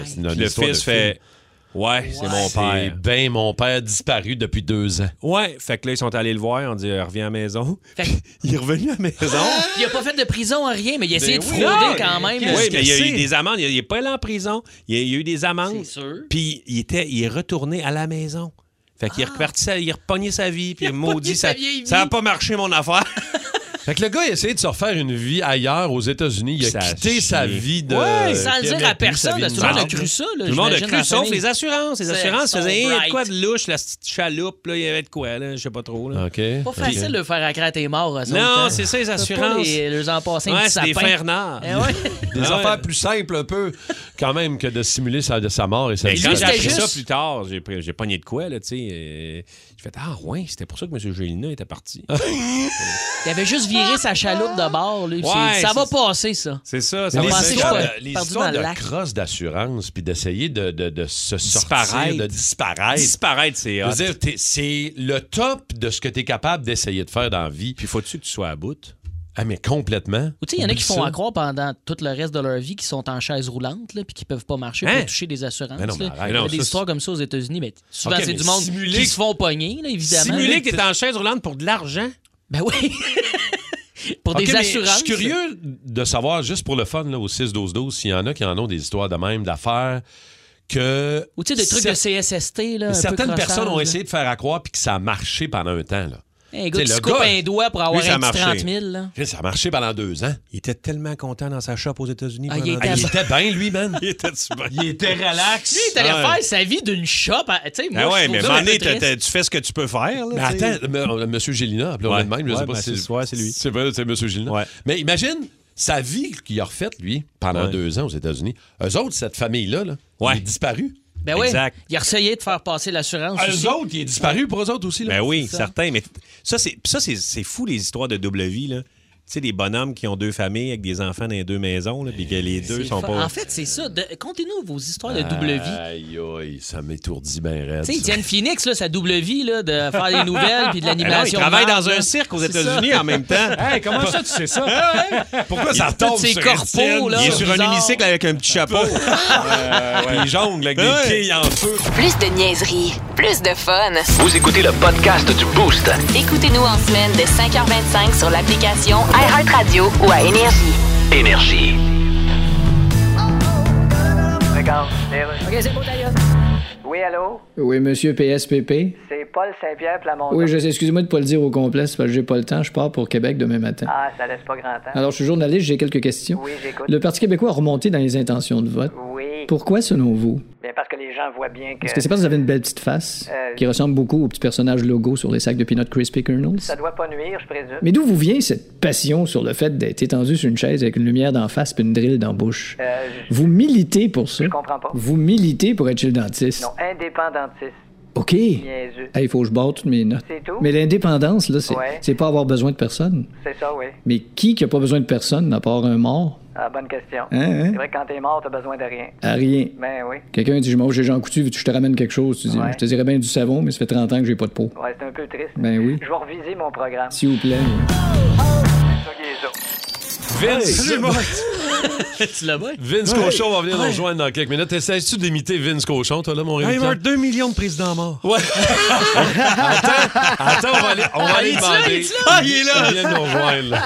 [SPEAKER 3] C'est une
[SPEAKER 5] Puis le
[SPEAKER 3] histoire de
[SPEAKER 5] fils fait Ouais, c'est mon
[SPEAKER 3] C'est
[SPEAKER 5] père.
[SPEAKER 3] ben mon père disparu depuis deux ans.
[SPEAKER 5] Ouais, fait que là, ils sont allés le voir. On dit Reviens à la maison.
[SPEAKER 4] Fait que-
[SPEAKER 5] (laughs) Il est revenu à
[SPEAKER 4] (laughs)
[SPEAKER 5] la maison.
[SPEAKER 4] il a pas fait de prison à rien, mais il a essayé
[SPEAKER 5] Ben
[SPEAKER 4] de
[SPEAKER 5] oui.
[SPEAKER 4] frauder
[SPEAKER 5] Non,
[SPEAKER 4] quand même.
[SPEAKER 5] oui,
[SPEAKER 4] Qu'est-ce
[SPEAKER 5] mais il y a
[SPEAKER 4] que
[SPEAKER 5] eu
[SPEAKER 4] c'est?
[SPEAKER 5] des amendes. Il n'est pas allé en prison. Il y a, il y a eu des amendes.
[SPEAKER 4] C'est sûr.
[SPEAKER 5] Puis il, était, il est retourné à la maison. Fait qu'il est
[SPEAKER 4] Ah.
[SPEAKER 5] reparti, sa- il a repogné sa vie, puis il a maudit
[SPEAKER 4] sa
[SPEAKER 5] ça.
[SPEAKER 4] vieille vie.
[SPEAKER 5] Ça n'a pas marché, mon affaire. (laughs)
[SPEAKER 3] Fait que le gars, il a essayé de se refaire une vie ailleurs aux États-Unis. Il a
[SPEAKER 5] Ça a
[SPEAKER 3] quitté
[SPEAKER 5] chié.
[SPEAKER 3] sa vie de.
[SPEAKER 5] Ouais.
[SPEAKER 4] Sans le
[SPEAKER 3] qu'il
[SPEAKER 4] dire
[SPEAKER 3] aimait
[SPEAKER 4] à
[SPEAKER 3] plus, sa
[SPEAKER 4] personne,
[SPEAKER 3] vie
[SPEAKER 4] parce
[SPEAKER 3] de
[SPEAKER 4] que tout le monde a
[SPEAKER 3] merde.
[SPEAKER 4] cru ça. Là,
[SPEAKER 5] Tout le monde a
[SPEAKER 4] j'imagine, dans
[SPEAKER 5] cru,
[SPEAKER 4] la
[SPEAKER 5] sauf
[SPEAKER 4] famille.
[SPEAKER 5] les assurances. Les
[SPEAKER 4] C'est-
[SPEAKER 5] assurances
[SPEAKER 4] sont
[SPEAKER 5] faisaient hey, de quoi
[SPEAKER 4] bright.
[SPEAKER 5] de louche, la petite chaloupe, là, il y avait de quoi, là, je sais pas trop. Là.
[SPEAKER 3] OK.
[SPEAKER 4] Pas
[SPEAKER 3] OK.
[SPEAKER 4] facile de faire accraire à tes morts. eux autres,
[SPEAKER 5] Non,
[SPEAKER 4] hein.
[SPEAKER 5] c'est ça, les
[SPEAKER 4] Pas
[SPEAKER 5] assurances.
[SPEAKER 4] les- Leurs en passer un
[SPEAKER 5] Ouais,
[SPEAKER 4] petit
[SPEAKER 5] c'est des
[SPEAKER 4] sapin.
[SPEAKER 5] frères nards.
[SPEAKER 4] Eh ouais.
[SPEAKER 3] Des
[SPEAKER 5] Ah ouais.
[SPEAKER 3] affaires plus simples, un peu, quand même, que de simuler sa, de sa mort et sa
[SPEAKER 5] Mais
[SPEAKER 3] vie.
[SPEAKER 5] quand
[SPEAKER 4] lui,
[SPEAKER 5] j'ai
[SPEAKER 4] c'était
[SPEAKER 5] appris ça
[SPEAKER 4] juste-
[SPEAKER 5] plus tard, j'ai, pris- j'ai pogné de quoi, là, tu sais. euh, j'ai fait Ah, ouais, c'était pour ça que M. Gélina était parti.
[SPEAKER 4] Il avait juste viré sa chaloupe de bord. Là, puis
[SPEAKER 5] Ouais,
[SPEAKER 4] il s'est dit, ça
[SPEAKER 5] c'est-
[SPEAKER 4] va passer, ça.
[SPEAKER 5] c'est ça,
[SPEAKER 3] Mais
[SPEAKER 5] ça
[SPEAKER 3] les
[SPEAKER 4] va passer,
[SPEAKER 3] histoires
[SPEAKER 4] je
[SPEAKER 3] de,
[SPEAKER 4] suis pas-
[SPEAKER 3] les
[SPEAKER 4] perdu
[SPEAKER 3] histoires
[SPEAKER 4] dans le
[SPEAKER 3] de
[SPEAKER 4] lac.
[SPEAKER 3] crosse d'assurance, puis d'essayer de, de- de se sortir,
[SPEAKER 5] Disparaître.
[SPEAKER 3] de disparaître.
[SPEAKER 5] Disparaître, c'est
[SPEAKER 3] Je veux dire, t'es- c'est le top de ce que tu es capable d'essayer de faire dans la vie.
[SPEAKER 5] Puis faut-tu que tu sois à bout?
[SPEAKER 3] Ah, mais complètement.
[SPEAKER 4] Ou tu sais, il y en a qui
[SPEAKER 3] Oublie
[SPEAKER 4] font
[SPEAKER 3] ça.
[SPEAKER 4] à croire pendant tout le reste de leur vie qu'ils sont en chaise roulante là, puis qu'ils peuvent pas marcher
[SPEAKER 5] Hein?
[SPEAKER 4] pour toucher des assurances.
[SPEAKER 3] Mais non, mais
[SPEAKER 4] là.
[SPEAKER 3] arrête,
[SPEAKER 4] Il y a
[SPEAKER 3] non,
[SPEAKER 4] des
[SPEAKER 3] ça,
[SPEAKER 4] histoires comme ça aux États-Unis, mais souvent
[SPEAKER 3] Ok,
[SPEAKER 4] c'est
[SPEAKER 3] mais
[SPEAKER 4] du monde
[SPEAKER 3] simuler
[SPEAKER 4] qui
[SPEAKER 3] que-
[SPEAKER 4] se font pogner, là, évidemment.
[SPEAKER 5] Simuler que t'es en chaise roulante pour de l'argent?
[SPEAKER 4] Ben oui. (laughs) pour
[SPEAKER 3] Ok,
[SPEAKER 4] des
[SPEAKER 3] mais
[SPEAKER 4] assurances.
[SPEAKER 3] Je suis curieux de savoir, juste pour le fun, là, au 6-12-12, s'il y en a qui en ont des histoires de même, d'affaires, que.
[SPEAKER 4] Ou tu sais, des trucs de
[SPEAKER 3] cer-
[SPEAKER 4] CSST. Là, un peu
[SPEAKER 3] Certaines
[SPEAKER 4] crossage,
[SPEAKER 3] personnes ont
[SPEAKER 4] là.
[SPEAKER 3] essayé de faire à croire puis que ça a marché pendant un temps. Là.
[SPEAKER 4] Hey, Un gars
[SPEAKER 3] Tu
[SPEAKER 4] qui
[SPEAKER 3] sais,
[SPEAKER 4] se
[SPEAKER 3] le
[SPEAKER 4] coupe
[SPEAKER 3] gars,
[SPEAKER 4] un doigt pour avoir
[SPEAKER 5] ça a
[SPEAKER 4] un petit
[SPEAKER 5] marché.
[SPEAKER 4] 30 000. là.
[SPEAKER 3] Ça a marché pendant deux ans.
[SPEAKER 5] Il était tellement content dans sa shop aux États-Unis.
[SPEAKER 4] Ah, il
[SPEAKER 5] pendant-
[SPEAKER 4] était-
[SPEAKER 3] Ah, il était bien, lui, man.
[SPEAKER 5] (laughs) il était super.
[SPEAKER 3] Il était relax. Ben
[SPEAKER 4] Lui, il est allé
[SPEAKER 5] Ah ouais.
[SPEAKER 4] faire sa vie d'une shop. à- Tu sais, moi,
[SPEAKER 5] Ah
[SPEAKER 4] je
[SPEAKER 5] ouais,
[SPEAKER 4] trouve
[SPEAKER 5] mais
[SPEAKER 4] ça un peu
[SPEAKER 5] mané,
[SPEAKER 4] triste.
[SPEAKER 5] tu fais ce que tu peux faire.
[SPEAKER 3] Mais
[SPEAKER 5] Là, tu sais.
[SPEAKER 3] attends, m- monsieur Gélina, appelons
[SPEAKER 5] Ouais.
[SPEAKER 3] le même, je
[SPEAKER 5] Ouais,
[SPEAKER 3] sais pas
[SPEAKER 5] ben,
[SPEAKER 3] si
[SPEAKER 5] c'est- ouais, c'est lui.
[SPEAKER 3] C'est vrai, c'est monsieur Gélina.
[SPEAKER 5] Ouais.
[SPEAKER 3] Mais imagine sa vie qu'il a refaite, lui, pendant
[SPEAKER 5] Ouais.
[SPEAKER 3] deux ans aux États-Unis. Eux autres, cette famille-là, là,
[SPEAKER 5] Ouais.
[SPEAKER 3] il est disparu.
[SPEAKER 4] Ben oui,
[SPEAKER 5] Exact.
[SPEAKER 4] il a essayé de faire passer l'assurance. aussi.
[SPEAKER 3] Ah, Eux autres, il est disparu pour eux autres aussi. Là.
[SPEAKER 5] Ben oui,
[SPEAKER 4] ça.
[SPEAKER 5] certain. Mais ça, c'est, ça, c'est, c'est fou, les histoires de double vie. Là. Tu sais, des bonhommes qui ont deux familles avec des enfants dans les deux maisons, là, puis que les deux
[SPEAKER 4] C'est
[SPEAKER 5] sont
[SPEAKER 4] fa-
[SPEAKER 5] pas.
[SPEAKER 4] En fait, c'est ça. De- Contez-nous vos histoires
[SPEAKER 3] Euh,
[SPEAKER 4] de double vie.
[SPEAKER 3] Aïe, aïe, ça m'étourdit bien raide.
[SPEAKER 4] Tu sais,
[SPEAKER 3] ça.
[SPEAKER 4] Étienne Phoenix, là, sa double vie, là, de faire des nouvelles puis de
[SPEAKER 5] Mais non, il
[SPEAKER 4] l'animation.
[SPEAKER 5] travaille
[SPEAKER 4] de marde,
[SPEAKER 5] dans un
[SPEAKER 4] là.
[SPEAKER 5] cirque aux
[SPEAKER 4] C'est ça.
[SPEAKER 5] États-unis en même temps.
[SPEAKER 6] Hey, comment ça, tu sais ça?
[SPEAKER 3] Pourquoi
[SPEAKER 5] ça
[SPEAKER 4] retombe ces sur corpos, Étienne? là,
[SPEAKER 5] Il est sur un
[SPEAKER 4] bizarre.
[SPEAKER 5] hémicycle avec un petit chapeau. (laughs)
[SPEAKER 6] Euh, ouais.
[SPEAKER 5] Il jongle avec des
[SPEAKER 3] Ouais.
[SPEAKER 5] quilles en feu.
[SPEAKER 1] Plus de niaiserie, plus de fun.
[SPEAKER 2] Vous écoutez le podcast du Boost.
[SPEAKER 1] Écoutez-nous en semaine de 5h25 sur l'application iHeartRadio ou à Énergie.
[SPEAKER 10] (laughs)
[SPEAKER 2] Énergie.
[SPEAKER 11] Oui, allô?
[SPEAKER 10] Oui, monsieur PSPP.
[SPEAKER 11] C'est Paul Saint-Pierre Plamondon.
[SPEAKER 10] Oui, je sais, excusez-moi de pas le dire au complet, c'est parce que j'ai pas le temps. Je pars pour Québec demain matin.
[SPEAKER 11] Ah, ça laisse pas grand temps.
[SPEAKER 10] Alors, je suis journaliste, j'ai quelques questions.
[SPEAKER 11] Oui, j'écoute.
[SPEAKER 10] Le Parti québécois a remonté dans les intentions de vote.
[SPEAKER 11] Oui.
[SPEAKER 10] Pourquoi, selon vous?
[SPEAKER 11] Bien, parce que les gens voient bien que
[SPEAKER 10] Est-ce que c'est parce que vous avez une belle petite face
[SPEAKER 11] Euh,
[SPEAKER 10] qui ressemble beaucoup au petit personnage logo sur les sacs de peanut crispy kernels?
[SPEAKER 11] ça doit pas nuire, je présume.
[SPEAKER 10] Mais d'où vous vient cette passion sur le fait d'être étendu sur une chaise avec une lumière d'en face puis une drille d'en bouche?
[SPEAKER 11] Euh, je-
[SPEAKER 10] Vous militez pour ça?
[SPEAKER 11] je comprends pas.
[SPEAKER 10] Vous militez pour être chez le dentiste?
[SPEAKER 11] Non, indépendantiste,
[SPEAKER 10] OK.
[SPEAKER 11] niaiseux.
[SPEAKER 10] Il faut que je barre toutes mes notes.
[SPEAKER 11] C'est tout?
[SPEAKER 10] Mais l'indépendance, là, c'est
[SPEAKER 11] Ouais.
[SPEAKER 10] c'est pas avoir besoin de personne.
[SPEAKER 11] C'est ça, oui.
[SPEAKER 10] Mais qui qui a pas besoin de personne à part un mort?
[SPEAKER 11] Ah, bonne question.
[SPEAKER 10] Hein, hein?
[SPEAKER 11] C'est vrai que quand t'es mort, t'as besoin de rien.
[SPEAKER 10] À rien.
[SPEAKER 11] Ben oui.
[SPEAKER 10] Quelqu'un dit, je m'en vais chez Jean Coutu, veux-tu que je te ramène quelque chose? Tu dis,
[SPEAKER 11] Ouais.
[SPEAKER 10] je te dirais bien du savon, mais ça fait 30 ans que j'ai pas de peau.
[SPEAKER 11] Ouais, c'est un peu triste.
[SPEAKER 10] Ben oui.
[SPEAKER 11] Je vais reviser mon programme.
[SPEAKER 10] S'il vous plaît.
[SPEAKER 11] C'est ça qui est ça.
[SPEAKER 3] Vince,
[SPEAKER 4] tu l'as bien?
[SPEAKER 3] Vince
[SPEAKER 5] Ouais.
[SPEAKER 3] Cochon va venir nous
[SPEAKER 5] Ouais.
[SPEAKER 3] rejoindre dans quelques minutes. Essayes-tu d'imiter Vince Cochon, toi, là, mon Rémi
[SPEAKER 5] Ah, Il y a
[SPEAKER 3] Pierre?
[SPEAKER 5] 2 millions de présidents morts.
[SPEAKER 3] Ouais. attends, attends, on va aller, on va
[SPEAKER 4] Ah,
[SPEAKER 3] aller
[SPEAKER 4] il est là, il
[SPEAKER 3] demander.
[SPEAKER 4] est là. Ah, il est
[SPEAKER 3] là. Il vient de nous
[SPEAKER 4] (laughs)
[SPEAKER 3] rejoindre, là.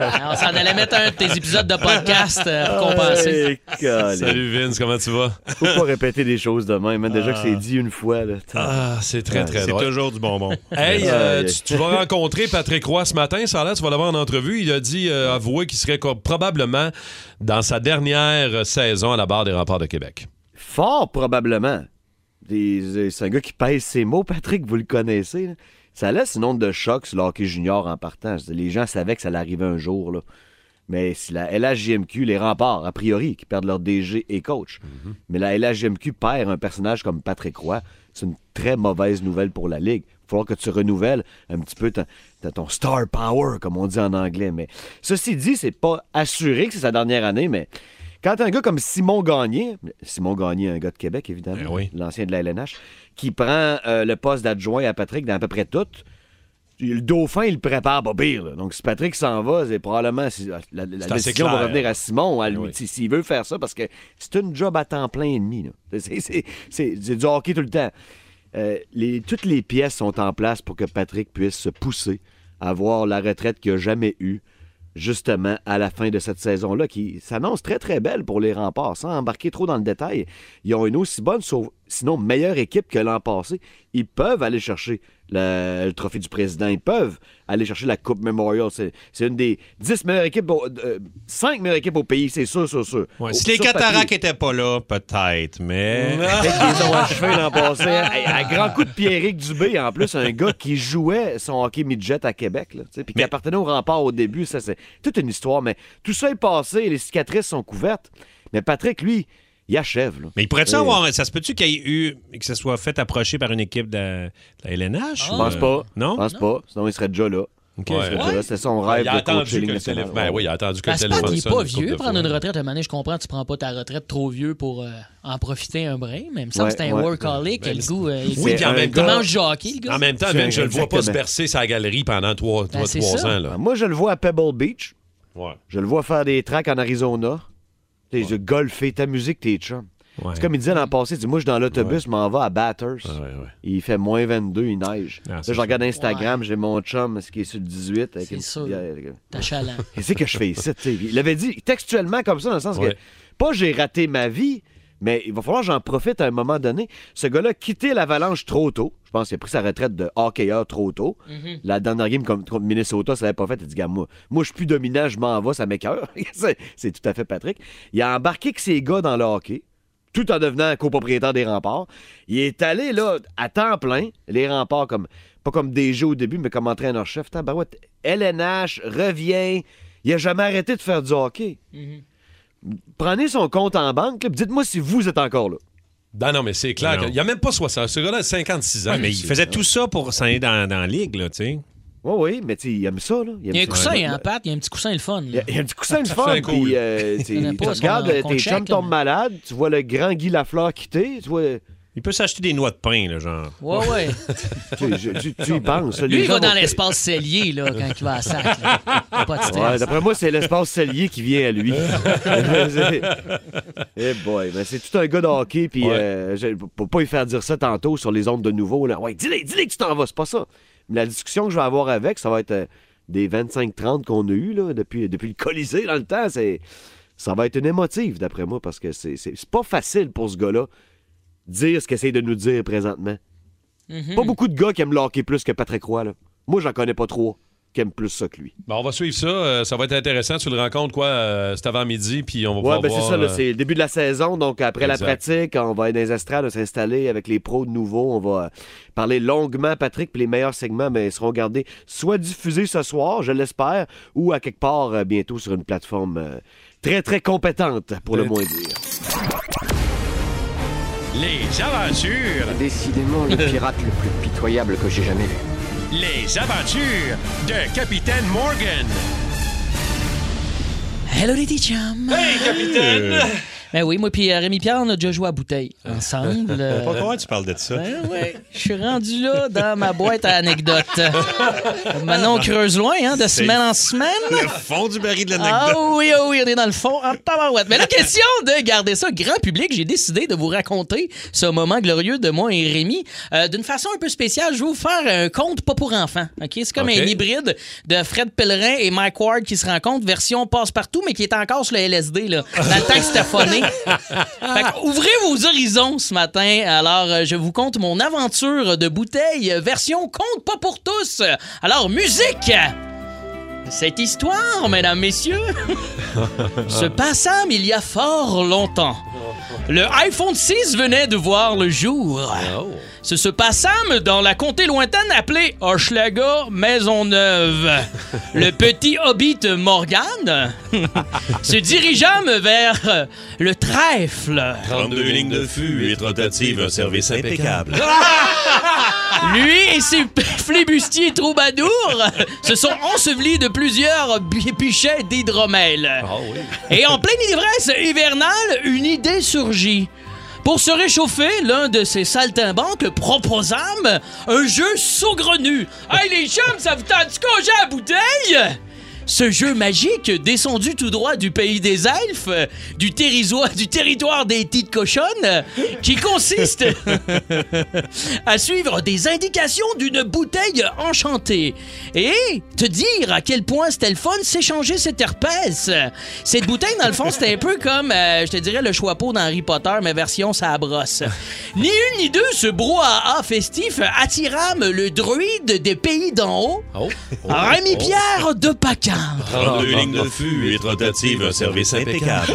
[SPEAKER 4] Ah, On s'en allait mettre un de tes épisodes de podcast euh, pour
[SPEAKER 3] Ah,
[SPEAKER 4] compenser.
[SPEAKER 3] Salut, Vince, comment tu vas?
[SPEAKER 12] Faut pas répéter des choses de même. hein. Déjà que c'est dit une fois. Là.
[SPEAKER 3] Ah, c'est très, très
[SPEAKER 5] C'est
[SPEAKER 3] drôle.
[SPEAKER 5] toujours du bonbon.
[SPEAKER 3] Hey, euh,
[SPEAKER 12] Aïe, aïe.
[SPEAKER 3] tu, tu vas rencontrer Patrick Roy ce matin, ça a l'air, tu vas l'avoir en entrevue. Il a dit, euh, avoué qu'il serait co- probablement dans sa dernière saison à la barre des remparts de Québec.
[SPEAKER 12] Fort probablement. Des- euh, C'est un gars qui pèse ses mots, (laughs) Patrick, vous le connaissez. là. Ça laisse une onde de choc sur le hockey junior en partant. Je veux dire, Les gens savaient que ça allait arriver un jour. Là. Mais c'est la LHJMQ, les remparts, a priori, qui perdent leur DG et coach. Mais la LHJMQ perd un personnage comme Patrick Roy. C'est une très mauvaise nouvelle pour la Ligue. Il va falloir que tu renouvelles un petit peu ton, ton- ton star power, comme on dit en anglais. Mais ceci dit, c'est pas assuré que c'est sa dernière année, mais quand un gars comme Simon Gagné, Simon Gagné, un gars de Québec, évidemment,
[SPEAKER 3] Ben oui.
[SPEAKER 12] l'ancien de la LNH, qui prend euh, le poste d'adjoint à Patrick dans à peu près tout, le dauphin, il le prépare pas pire. là. Donc, si Patrick s'en va, c'est probablement. si- La, la- la
[SPEAKER 3] C'est assez
[SPEAKER 12] décision
[SPEAKER 3] clair. Eh
[SPEAKER 12] va revenir à Simon, à lui,
[SPEAKER 3] Oui.
[SPEAKER 12] si- s'il veut faire ça, parce que c'est une job à temps plein et demi. là. C'est- C'est c'est- c'est du hockey tout le temps. Euh, les- toutes les pièces sont en place pour que Patrick puisse se pousser à avoir la retraite qu'il n'a jamais eue, justement, à la fin de cette saison-là, qui s'annonce très, très belle pour les remparts. Sans embarquer trop dans le détail, ils ont une aussi bonne, sauf- sinon meilleure équipe que l'an passé. Ils peuvent aller chercher le, le trophée du président. Ils peuvent aller chercher la Coupe Memorial. C'est c'est une des 10 meilleures équipes, au- euh, cinq meilleures équipes au pays, c'est sûr, sûr, sûr.
[SPEAKER 5] Ouais,
[SPEAKER 12] Au-
[SPEAKER 5] si les
[SPEAKER 12] sur papier.
[SPEAKER 5] cataractes n'étaient pas là,
[SPEAKER 12] (laughs)
[SPEAKER 5] peut-être, mais.
[SPEAKER 12] Peut-être qu'ils ont achevé l'an passé. hein. Hey, À grand coup de Pierrick Dubé, en plus, un gars qui jouait son hockey midget à Québec, là, tu sais, puis qui
[SPEAKER 5] Mais-
[SPEAKER 12] appartenait au rempart au début. Ça, c'est toute une histoire. Mais tout ça est passé, les cicatrices sont couvertes. Mais Patrick, lui, il achève. là.
[SPEAKER 5] Mais il pourrait-tu
[SPEAKER 12] Oui.
[SPEAKER 5] avoir. Ça se peut-tu qu'il y ait eu. que ça soit fait approcher par une équipe de la, de la LNH?
[SPEAKER 12] Ah,
[SPEAKER 3] Ah,
[SPEAKER 12] Je
[SPEAKER 5] ou,
[SPEAKER 12] pense
[SPEAKER 5] euh,
[SPEAKER 12] pas.
[SPEAKER 5] Non?
[SPEAKER 12] Je pense pas. Sinon, il serait déjà là.
[SPEAKER 5] Ok.
[SPEAKER 12] Il
[SPEAKER 3] Ouais.
[SPEAKER 12] serait
[SPEAKER 3] Ouais.
[SPEAKER 12] déjà là. C'était son rêve
[SPEAKER 3] il a
[SPEAKER 12] de coach
[SPEAKER 3] attendu
[SPEAKER 12] de
[SPEAKER 3] que
[SPEAKER 12] Ligue
[SPEAKER 3] le
[SPEAKER 12] nationale.
[SPEAKER 3] téléphone. Ben oui, il a attendu que le
[SPEAKER 4] Parce que
[SPEAKER 3] téléphone.
[SPEAKER 4] il n'est
[SPEAKER 3] sonne
[SPEAKER 4] pas ben,
[SPEAKER 3] une couple de
[SPEAKER 4] vieux prendre
[SPEAKER 3] fois.
[SPEAKER 4] une retraite. À un moment donné, je comprends, tu prends pas ta retraite trop vieux pour euh, en profiter un brin, mais il me semble que c'est un
[SPEAKER 12] Ouais, ouais.
[SPEAKER 4] workaholic. le goût, euh, il-
[SPEAKER 3] Ben, Oui,
[SPEAKER 12] C'est
[SPEAKER 3] puis en
[SPEAKER 12] un
[SPEAKER 3] même
[SPEAKER 4] il
[SPEAKER 12] gars-
[SPEAKER 3] temps.
[SPEAKER 4] mange du hockey, le gars.
[SPEAKER 3] En même temps,
[SPEAKER 12] C'est-
[SPEAKER 3] Vince, je le vois pas se
[SPEAKER 12] exactement.
[SPEAKER 3] bercer sa galerie pendant trois, trois,
[SPEAKER 4] c'est
[SPEAKER 3] trois
[SPEAKER 4] ça.
[SPEAKER 3] ans. Là.
[SPEAKER 12] Ben, Moi, je le vois à Pebble Beach.
[SPEAKER 3] Ouais.
[SPEAKER 12] Je le vois faire des tracks en Arizona. Tu sais, je golfer ta musique, tes chums.
[SPEAKER 5] Ouais.
[SPEAKER 12] C'est comme il disait l'an passé, il dit, moi, je suis dans l'autobus, je m'en vais à Batters.
[SPEAKER 3] Ouais, ouais.
[SPEAKER 12] Il fait moins 22, il neige.
[SPEAKER 5] Ah,
[SPEAKER 12] là,
[SPEAKER 5] c'est
[SPEAKER 12] je regarde Instagram, j'ai mon chum, ce qui est sur le 18. Avec
[SPEAKER 4] C'est
[SPEAKER 12] une
[SPEAKER 4] sûr.
[SPEAKER 12] petite bière.
[SPEAKER 4] T'as
[SPEAKER 12] (laughs)
[SPEAKER 4] chalant.
[SPEAKER 12] Qu'est-ce que je fais ici? tu sais? Il l'avait dit textuellement comme ça, dans le sens
[SPEAKER 3] Ouais.
[SPEAKER 12] que, pas j'ai raté ma vie, mais il va falloir que j'en profite à un moment donné. Ce gars-là a quitté l'avalanche trop tôt. Je pense qu'il a pris sa retraite de hockeyeur trop tôt. La dernière game contre, contre Minnesota, ça l'avait pas fait. Il dit, Gars, moi, moi, je suis plus dominant, je m'en vais, ça m'écœure. (laughs) c'est, c'est tout à fait Patrick. Il a embarqué que ses gars dans le hockey, tout en devenant copropriétaire des remparts. Il est allé, là, à temps plein, les remparts, comme pas comme DG au début, mais comme entraîneur-chef. Tabarouette, LNH, revient. Il a jamais arrêté de faire du hockey. Prenez son compte en banque, là, puis dites-moi si vous êtes encore là.
[SPEAKER 3] Non, non, mais c'est clair.
[SPEAKER 5] Non.
[SPEAKER 3] qu'il- Il n'y a même pas 60. Ce gars-là a 56 ans.
[SPEAKER 5] Ouais, mais il
[SPEAKER 3] C'est-
[SPEAKER 5] faisait tout ça pour s'en aller dans, dans la ligue, là, tu sais.
[SPEAKER 12] Oui, oui, mais tu sais, il aime ça, là.
[SPEAKER 4] Il y a un
[SPEAKER 12] ça.
[SPEAKER 4] coussin, hein, Pat? Il y a un petit coussin, le fun. là.
[SPEAKER 12] Il y a- il y a un petit coussin de
[SPEAKER 3] Ça,
[SPEAKER 12] fun,
[SPEAKER 3] c'est cool.
[SPEAKER 12] puis euh, tu sais,
[SPEAKER 4] connais
[SPEAKER 12] tu
[SPEAKER 4] pas son-
[SPEAKER 12] regardes,
[SPEAKER 4] euh, qu'on
[SPEAKER 12] tes
[SPEAKER 4] check,
[SPEAKER 12] chums tombent
[SPEAKER 4] mais-
[SPEAKER 12] malades, tu vois le grand Guy Lafleur quitter, tu vois...
[SPEAKER 5] Il peut s'acheter des noix de pain, là, genre.
[SPEAKER 4] Ouais, ouais.
[SPEAKER 12] (laughs) Tu, je- tu- tu y penses.
[SPEAKER 4] Lui,
[SPEAKER 12] les
[SPEAKER 4] il va
[SPEAKER 12] gens
[SPEAKER 4] dans
[SPEAKER 12] vont-
[SPEAKER 4] l'espace cellier, là, quand il va à sac. là.
[SPEAKER 12] (laughs)
[SPEAKER 4] Pas de
[SPEAKER 12] Ouais,
[SPEAKER 4] stress.
[SPEAKER 12] d'après moi, c'est l'espace cellier qui vient à lui. C'est- Eh boy, mais c'est tout un gars de hockey, puis
[SPEAKER 3] Ouais.
[SPEAKER 12] euh, je- pour pas lui faire dire ça tantôt sur les ondes de nouveau, là. Ouais, dis-le, dis-le que tu t'en vas, c'est pas ça. Mais la discussion que je vais avoir avec, ça va être euh, des 25-30 qu'on a eu là, depuis, euh, depuis le Colisée dans le temps. C'est, ça va être une émotive, d'après moi, parce que c'est, c'est- c'est pas facile pour ce gars-là dire ce qu'il essaie de nous dire présentement.
[SPEAKER 4] Mhm.
[SPEAKER 12] Pas
[SPEAKER 4] Hmm.
[SPEAKER 12] beaucoup de gars qui aiment le hockey plus que Patrick Roy, là. Moi, j'en connais pas trois qui aiment plus ça que lui.
[SPEAKER 3] Bon, on va suivre ça. Euh, ça va être intéressant. Tu le rencontres, quoi, euh, cet avant-midi, puis on va
[SPEAKER 12] Ouais,
[SPEAKER 3] pouvoir
[SPEAKER 12] ben c'est
[SPEAKER 3] voir,
[SPEAKER 12] ça, là,
[SPEAKER 3] euh,
[SPEAKER 12] c'est le début de la saison. Donc, après
[SPEAKER 3] Exact.
[SPEAKER 12] la pratique, on va aller dans les estrades, on va s'installer avec les pros de nouveau. On va euh, parler longuement, à Patrick, puis les meilleurs segments ben, seront gardés soit diffusés ce soir, je l'espère, ou à quelque part euh, bientôt sur une plateforme euh, très, très compétente, pour le moins dire.
[SPEAKER 5] Les aventures,
[SPEAKER 12] Décidément, le pirate le plus pitoyable que j'ai jamais vu.
[SPEAKER 5] les aventures de Capitaine Morgan.
[SPEAKER 4] Hello, les chums.
[SPEAKER 5] Capitaine!
[SPEAKER 4] Ben oui, moi puis euh, Rémi Pierre, on a déjà joué à bouteille
[SPEAKER 5] (laughs)
[SPEAKER 4] ensemble. euh,
[SPEAKER 5] Pourquoi tu parles de ça?
[SPEAKER 4] Ben
[SPEAKER 5] (laughs)
[SPEAKER 4] ouais, je suis rendu là dans ma boîte à anecdotes. Maintenant, on creuse loin, hein, de
[SPEAKER 5] Ah, ben, C'est
[SPEAKER 4] semaine en semaine.
[SPEAKER 5] Le fond
[SPEAKER 4] (laughs)
[SPEAKER 5] du baril de
[SPEAKER 4] Ah
[SPEAKER 5] l'anecdote.
[SPEAKER 4] oui, ah oui, on est dans le fond. En tabarouette. Mais la question de garder ça grand public, j'ai décidé de vous raconter ce moment glorieux de moi et Rémi euh, d'une façon un peu spéciale. Je vais vous faire un conte pas pour enfants. ok C'est comme
[SPEAKER 13] Ok.
[SPEAKER 4] un hybride de Fred Pellerin et Mike Ward qui se rencontrent, version passe-partout, mais qui est encore sur le LSD, là, dans le temps que c'était phoné. Fait que ouvrez vos horizons ce matin. Alors, euh, je vous compte mon aventure de bouteille, euh, version conte pas pour tous. Alors, musique! Cette histoire, mesdames, messieurs, (laughs) se passant il y a fort longtemps. Le iPhone 6 venait de voir le jour. Ce se passant dans la comté lointaine appelée Hochelaga Maisonneuve. Le petit hobbit Morgan se dirigeant vers le trèfle.
[SPEAKER 3] euh,
[SPEAKER 5] 32 lignes de fût, et rotative, un service (laughs) impeccable.
[SPEAKER 4] Lui et ses (laughs) p- flibustiers troubadours se sont ensevelis de plusieurs bi- pichets d'hydromel. Et en pleine ivresse hivernale, une idée surgit. Pour se réchauffer, l'un de ces saltimbanques proposa un jeu saugrenu. Hey les chums, ça vous tente du congé à bouteille? Ce jeu magique, descendu tout droit du pays des elfes, euh, du, territoire, du territoire des petites cochonnes, euh, qui consiste à suivre des indications d'une bouteille enchantée et te dire à quel point c'était le fun s'échanger cette herpès. Cette bouteille, dans le fond, c'était un peu comme, euh, je te dirais, le choix peau dans Harry Potter, mais version ça brosse. Ni une ni deux, ce brouhaha festif attirame le druide des pays d'en haut, Ah, Rémi Pierre de Pacan.
[SPEAKER 5] 32 Oh. lignes de fût, et rotative, un service impeccable.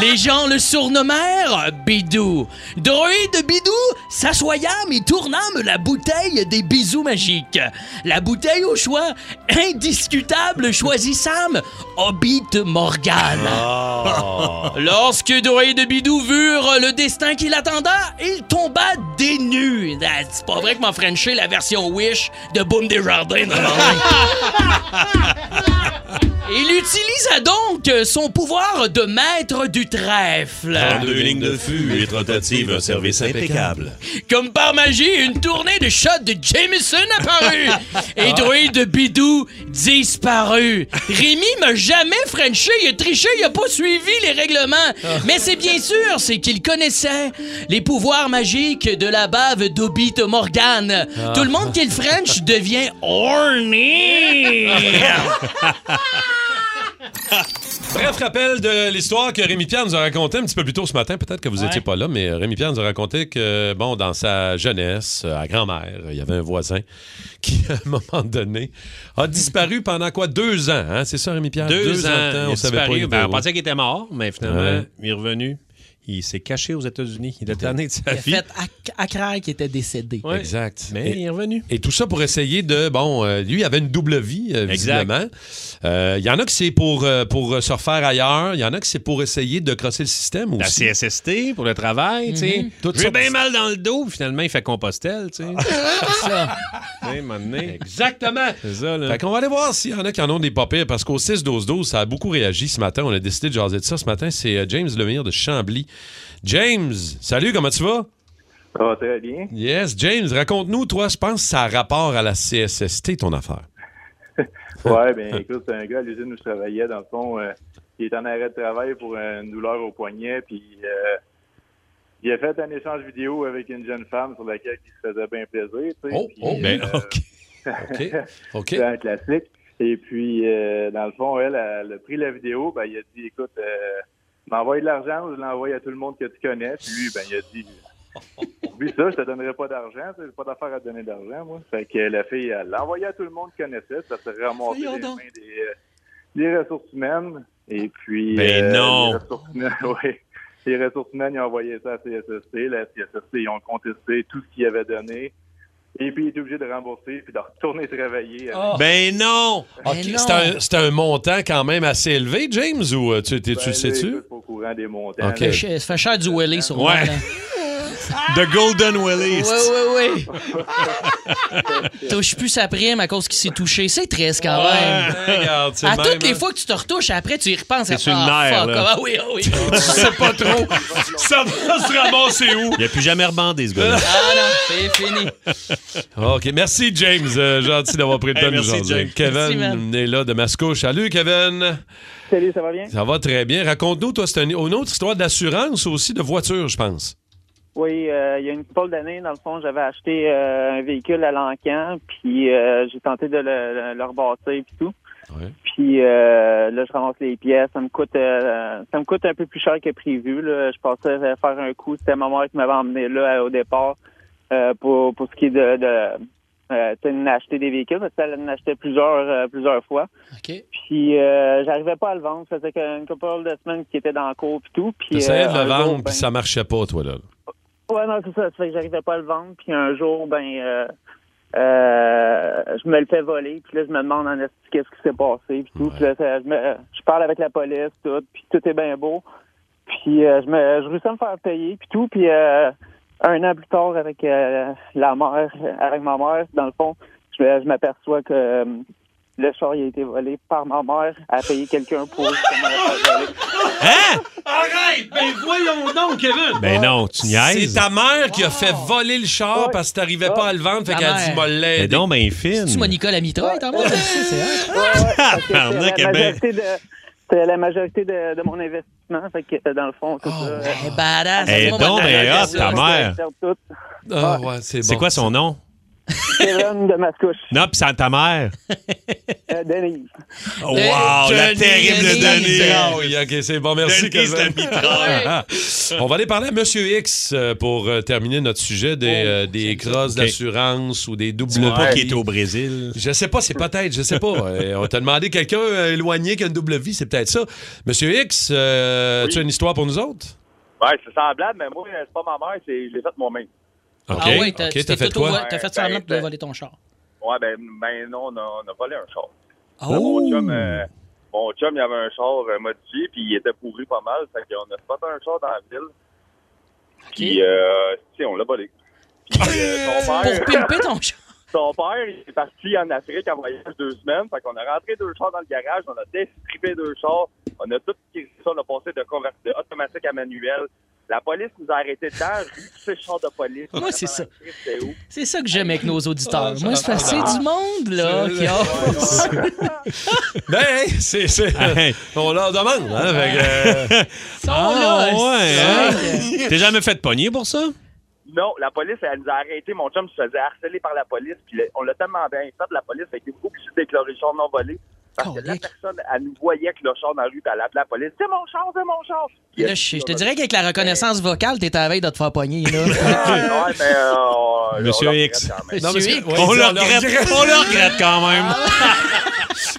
[SPEAKER 4] Les gens le surnommèrent Bidou. Druide Bidou s'assoyâme et tournâme la bouteille des bisous magiques. La bouteille au choix indiscutable choisissâme Hobbit Morgan.
[SPEAKER 5] Ah.
[SPEAKER 4] (laughs) Lorsque Druide Bidou vurent le destin qui l'attendait, il tomba des nues. Ah, C'est pas vrai que m'en Frenchait la version Wish de Boom Desjardins. non,
[SPEAKER 5] (laughs)
[SPEAKER 4] non. Il utilisa donc son pouvoir de maître du trèfle.
[SPEAKER 5] 32 lignes de fût, et rotative, un service impeccable.
[SPEAKER 4] Comme par magie, une tournée de shots de Jameson
[SPEAKER 3] (laughs)
[SPEAKER 4] apparut. Et druide Bidou disparu. Rémi m'a jamais frenché, il a triché, il a pas suivi les règlements.
[SPEAKER 3] Ah.
[SPEAKER 4] Mais c'est bien sûr, c'est qu'il connaissait les pouvoirs magiques de la bave d'Obit Morgan.
[SPEAKER 13] Ah.
[SPEAKER 4] Tout le monde qui le french devient horny.
[SPEAKER 3] Bref, rappel de l'histoire que Rémi Pierre nous a raconté un petit peu plus tôt ce matin. Peut-être que vous
[SPEAKER 4] Ouais.
[SPEAKER 3] n'étiez pas là, mais Rémi Pierre nous a raconté que, bon, dans sa jeunesse, euh, à grand-mère, il y avait un voisin (laughs) qui, à un moment donné, a disparu pendant quoi Deux ans, hein? C'est ça, Rémi Pierre
[SPEAKER 5] Deux, ans,
[SPEAKER 3] de temps,
[SPEAKER 5] il a
[SPEAKER 3] on savait pas.
[SPEAKER 5] disparu.
[SPEAKER 3] il était
[SPEAKER 5] Ben, on
[SPEAKER 3] où.
[SPEAKER 5] pensait qu'il était mort, mais finalement,
[SPEAKER 3] Ouais.
[SPEAKER 5] il est revenu. Il s'est caché aux États-Unis. Il a tanné de sa
[SPEAKER 4] Il a
[SPEAKER 5] vie.
[SPEAKER 4] fait Accra qui était décédé.
[SPEAKER 3] Exact.
[SPEAKER 5] Mais il est revenu.
[SPEAKER 3] Et tout ça pour essayer de. Bon, euh, lui, il avait une double vie, euh, visiblement. Euh, Il y en a que c'est pour, euh, pour se refaire ailleurs. Il y en a que c'est pour essayer de crosser le système
[SPEAKER 5] La
[SPEAKER 3] aussi.
[SPEAKER 5] CSST pour le travail, tu sais.
[SPEAKER 3] Mhm. Toutes
[SPEAKER 5] J'ai
[SPEAKER 3] sortes- Ah.
[SPEAKER 5] bien mal dans le dos, puis finalement, il fait compostel, tu sais.
[SPEAKER 3] (laughs) C'est ça.
[SPEAKER 5] Tu sais, un moment donné.
[SPEAKER 3] Exactement.
[SPEAKER 5] (laughs) C'est ça, là.
[SPEAKER 3] Fait qu'on va aller voir s'il y en a qui en ont des papiers parce qu'au 6-12-12, ça a beaucoup réagi ce matin. On a décidé de jaser de ça ce matin. C'est euh, James Lemire de Chambly. James, salut, comment tu vas?
[SPEAKER 14] Ça va très bien.
[SPEAKER 3] Yes, James, raconte-nous, toi, je pense que ça a rapport à la CSST, ton affaire.
[SPEAKER 14] Ouais, ben écoute, c'est un gars à l'usine où je travaillais, dans le fond, euh, il est en arrêt de travail pour euh, une douleur au poignet, puis euh, il a fait un échange vidéo avec une jeune femme sur laquelle il se faisait bien plaisir. tu sais,
[SPEAKER 3] Oh,
[SPEAKER 14] puis,
[SPEAKER 3] oh, ben,
[SPEAKER 14] euh,
[SPEAKER 3] OK. OK,
[SPEAKER 14] (laughs)
[SPEAKER 3] OK.
[SPEAKER 14] C'est un classique. Et puis, euh, dans le fond, elle, elle a pris la vidéo, ben, il a dit, écoute, euh, m'envoie de l'argent, je l'envoie à tout le monde que tu connais. Puis lui, ben, il a
[SPEAKER 3] (laughs)
[SPEAKER 14] dit, oublie ça, je te donnerai pas d'argent, tu sais, j'ai pas d'affaire à te donner d'argent, moi. Fait que la fille, elle l'a envoyé à tout le monde qui connaissait, ça s'est remonté
[SPEAKER 13] Voyons
[SPEAKER 14] les
[SPEAKER 13] donc.
[SPEAKER 14] mains des, euh, des ressources humaines. Et puis, euh,
[SPEAKER 5] Ben non.
[SPEAKER 14] Les ressources, humaines, (laughs) ouais. les ressources humaines, ils ont envoyé ça à CSST. La CSST, ils ont contesté tout ce qu'ils avaient donné. Et puis, il est obligé de rembourser puis de retourner travailler.
[SPEAKER 13] Oh.
[SPEAKER 14] euh, avec-
[SPEAKER 5] Oh.
[SPEAKER 3] Ben non!
[SPEAKER 14] Ben non.
[SPEAKER 3] C'est un, c'est un montant quand même assez élevé, James, ou euh, tu, tu- tu
[SPEAKER 14] Ben
[SPEAKER 3] le
[SPEAKER 14] là,
[SPEAKER 3] sais-tu?
[SPEAKER 14] écoute, pas au courant des montants.
[SPEAKER 3] (laughs) OK.
[SPEAKER 4] Ça fait cher du Welly sur moi.
[SPEAKER 3] Ouais.
[SPEAKER 4] là.
[SPEAKER 3] (laughs)
[SPEAKER 5] The Golden Willy.
[SPEAKER 4] Oui, oui, (laughs) oui. Touche plus sa prime à cause qu'il s'est touché. C'est triste quand
[SPEAKER 5] Ouais,
[SPEAKER 4] même.
[SPEAKER 5] (laughs) regarde, c'est
[SPEAKER 4] à
[SPEAKER 5] le
[SPEAKER 4] toutes
[SPEAKER 5] même,
[SPEAKER 4] les
[SPEAKER 5] hein.
[SPEAKER 4] fois que tu te retouches, après, tu y repenses.
[SPEAKER 5] C'est
[SPEAKER 4] après,
[SPEAKER 5] sur le
[SPEAKER 4] ah,
[SPEAKER 5] nerf,
[SPEAKER 4] fuck,
[SPEAKER 5] là.
[SPEAKER 4] ah oui, ah oui.
[SPEAKER 5] (laughs) tu sais pas trop. Ça va se ramasser où? Il n'a plus jamais rebandé, ce (laughs) gars-là.
[SPEAKER 4] Ah non, c'est fini.
[SPEAKER 3] Ah, OK. Merci, James. Euh, gentil d'avoir pris
[SPEAKER 5] (laughs)
[SPEAKER 3] le
[SPEAKER 5] Hey,
[SPEAKER 3] temps de nous
[SPEAKER 5] merci,
[SPEAKER 3] jaser.
[SPEAKER 5] James.
[SPEAKER 3] Kevin
[SPEAKER 5] Merci, man.
[SPEAKER 3] est là de Mascouche. Salut, Kevin.
[SPEAKER 13] Salut, ça va bien?
[SPEAKER 3] Ça va très bien. Raconte-nous, toi, c'est un- une autre histoire d'assurance aussi, de voiture, je pense.
[SPEAKER 13] Oui, euh, il y a une couple d'années, dans le fond, j'avais acheté euh, un véhicule à l'encan, puis euh, j'ai tenté de le, le rebâtir puis tout. Puis euh, là, je ramasse les pièces. Ça me coûte euh, ça me coûte un peu plus cher que prévu. Là. Je pensais faire un coup. C'était ma mère qui m'avait emmené là euh, au départ euh, pour, pour ce qui est de, de euh, tu sais, d'acheter des véhicules, parce qu'elle en achetait plusieurs euh, plusieurs fois. Puis euh, j'arrivais pas à le vendre. Ça faisait une couple de semaines qu'il était dans le cours puis tout. Puis,
[SPEAKER 3] T'essayais
[SPEAKER 13] euh,
[SPEAKER 3] de le
[SPEAKER 13] un jour,
[SPEAKER 3] vendre,
[SPEAKER 13] ben,
[SPEAKER 3] puis ça marchait pas, toi, là.
[SPEAKER 13] Ouais, non, c'est ça. Ça fait que j'arrivais pas à le vendre. Puis un jour, ben, euh, euh, je me le fais voler. Puis là, je me demande en esti qu'est-ce qui s'est passé. Puis tout. Puis là, ça- je, me- je parle avec la police, tout. Puis tout est bien beau. Puis euh, je, me, je réussis à me faire payer, puis tout. Puis euh, un an plus tard, avec euh, la mère, avec ma mère, dans le fond, je, me- je m'aperçois que euh, le char il a été volé par ma mère. Elle a payé quelqu'un pour. justement le faire voler.
[SPEAKER 3] Arrête! Ben voyons donc, Kevin!
[SPEAKER 5] Ben non, tu niaises.
[SPEAKER 3] C'est ta mère qui a fait voler le char parce que
[SPEAKER 5] Ah.
[SPEAKER 3] t'arrivais pas à le vendre, fait
[SPEAKER 4] Ta
[SPEAKER 3] qu'elle a
[SPEAKER 4] mère.
[SPEAKER 3] dit m'a l'aidé.
[SPEAKER 5] Mais donc, ben fine.
[SPEAKER 4] Tu Monica la mitraille, t'en vois? C'est hein?
[SPEAKER 13] Parce que c'est
[SPEAKER 5] (laughs) Arnaque,
[SPEAKER 13] la
[SPEAKER 5] eh ben.
[SPEAKER 13] majorité de- c'est la majorité de, de mon investissement. Fait que, euh, dans le fond, tout ça. euh,
[SPEAKER 4] badass.
[SPEAKER 5] Eh
[SPEAKER 13] moi, ma
[SPEAKER 5] donc, ben
[SPEAKER 13] dernière
[SPEAKER 5] hop, ta
[SPEAKER 13] vidéo,
[SPEAKER 5] mère.
[SPEAKER 13] je perds tout.
[SPEAKER 3] Ah, ouais, c'est bon.
[SPEAKER 5] C'est quoi son nom?
[SPEAKER 13] Kevin de Mascouche.
[SPEAKER 5] Non, puis c'est ta mère. Oh,
[SPEAKER 13] Euh, Denis.
[SPEAKER 5] Wow, la terrible Denise.
[SPEAKER 3] Mitraille. OK, c'est bon, merci,
[SPEAKER 5] Denise
[SPEAKER 3] Kevin.
[SPEAKER 5] la mitraille.
[SPEAKER 3] Ah, On va aller parler à Monsieur X euh, pour euh, terminer notre sujet des, euh, des crosses
[SPEAKER 5] Oh, OK.
[SPEAKER 3] d'assurance ou des doubles.
[SPEAKER 5] Dis-moi pas
[SPEAKER 3] vies.
[SPEAKER 5] qu'il est au Brésil.
[SPEAKER 3] Je sais pas, c'est peut-être,
[SPEAKER 5] (laughs)
[SPEAKER 3] je sais pas. Euh, on t'a demandé quelqu'un euh, éloigné qui a une double vie, c'est peut-être ça. Monsieur X, euh, tu as une histoire pour nous autres?
[SPEAKER 15] Ouais, c'est semblable, mais moi, c'est pas ma mère, c'est, je l'ai fait moi-même.
[SPEAKER 3] OK,
[SPEAKER 4] Ah ouais, t'as
[SPEAKER 3] OK,
[SPEAKER 4] tu
[SPEAKER 3] t'as
[SPEAKER 4] t'es
[SPEAKER 3] fait
[SPEAKER 4] auto-
[SPEAKER 3] quoi?
[SPEAKER 4] ouais, T'as fait semblant de voler ton char.
[SPEAKER 5] Oh!
[SPEAKER 15] Ouais, ben, ben non, on a, on a volé un char.
[SPEAKER 4] Oh!
[SPEAKER 15] Mon chum, euh, mon chum, il avait un char euh, modifié, puis il était pourri pas mal, fait qu'on a spoté un char dans la ville. Puis, euh, tu sais, on l'a volé. Puis, euh, son père... (laughs)
[SPEAKER 4] Ah, Pour pimper ton char.
[SPEAKER 15] Son père, il est parti en Afrique en voyage deux semaines. Fait qu'on a rentré deux chars dans le garage, on a déstrippé deux chars, on a tout tiré ça, on a passé de, conver- de automatique à manuel. La police nous a arrêtés dedans, rue ces chars de police.
[SPEAKER 4] Moi, c'est ça.
[SPEAKER 15] C'est où?
[SPEAKER 4] C'est ça que j'aime avec nos auditeurs.
[SPEAKER 15] Ah,
[SPEAKER 4] Moi,
[SPEAKER 15] j'adore.
[SPEAKER 4] c'est parce que c'est du monde, là, qui a...
[SPEAKER 3] Ben, hey, c'est, c'est- on leur demande. Hein, fait que, euh,
[SPEAKER 5] Ah, ouais.
[SPEAKER 15] c'est-
[SPEAKER 5] hein? T'es jamais fait de pogner pour ça?
[SPEAKER 15] Non, la police, elle nous a arrêtés. Mon chum se faisait harceler par la police. Puis le- on l'a tellement bien fait, la police a été obligée de déclarer le char non volé. Parce que la personne, elle nous voyait que le char dans la rue, puis elle appelait la police. C'est mon char, c'est mon char.
[SPEAKER 4] (laughs) Là, je, je te dirais qu'avec la reconnaissance vocale, t'es à la veille de te faire pogner, là.
[SPEAKER 15] Ouais, mais euh, on-
[SPEAKER 5] Monsieur
[SPEAKER 15] on le
[SPEAKER 5] X.
[SPEAKER 15] regrette quand même.
[SPEAKER 4] Non, mais c'est-
[SPEAKER 5] on le
[SPEAKER 3] leur
[SPEAKER 5] regrette. On le regrette quand même.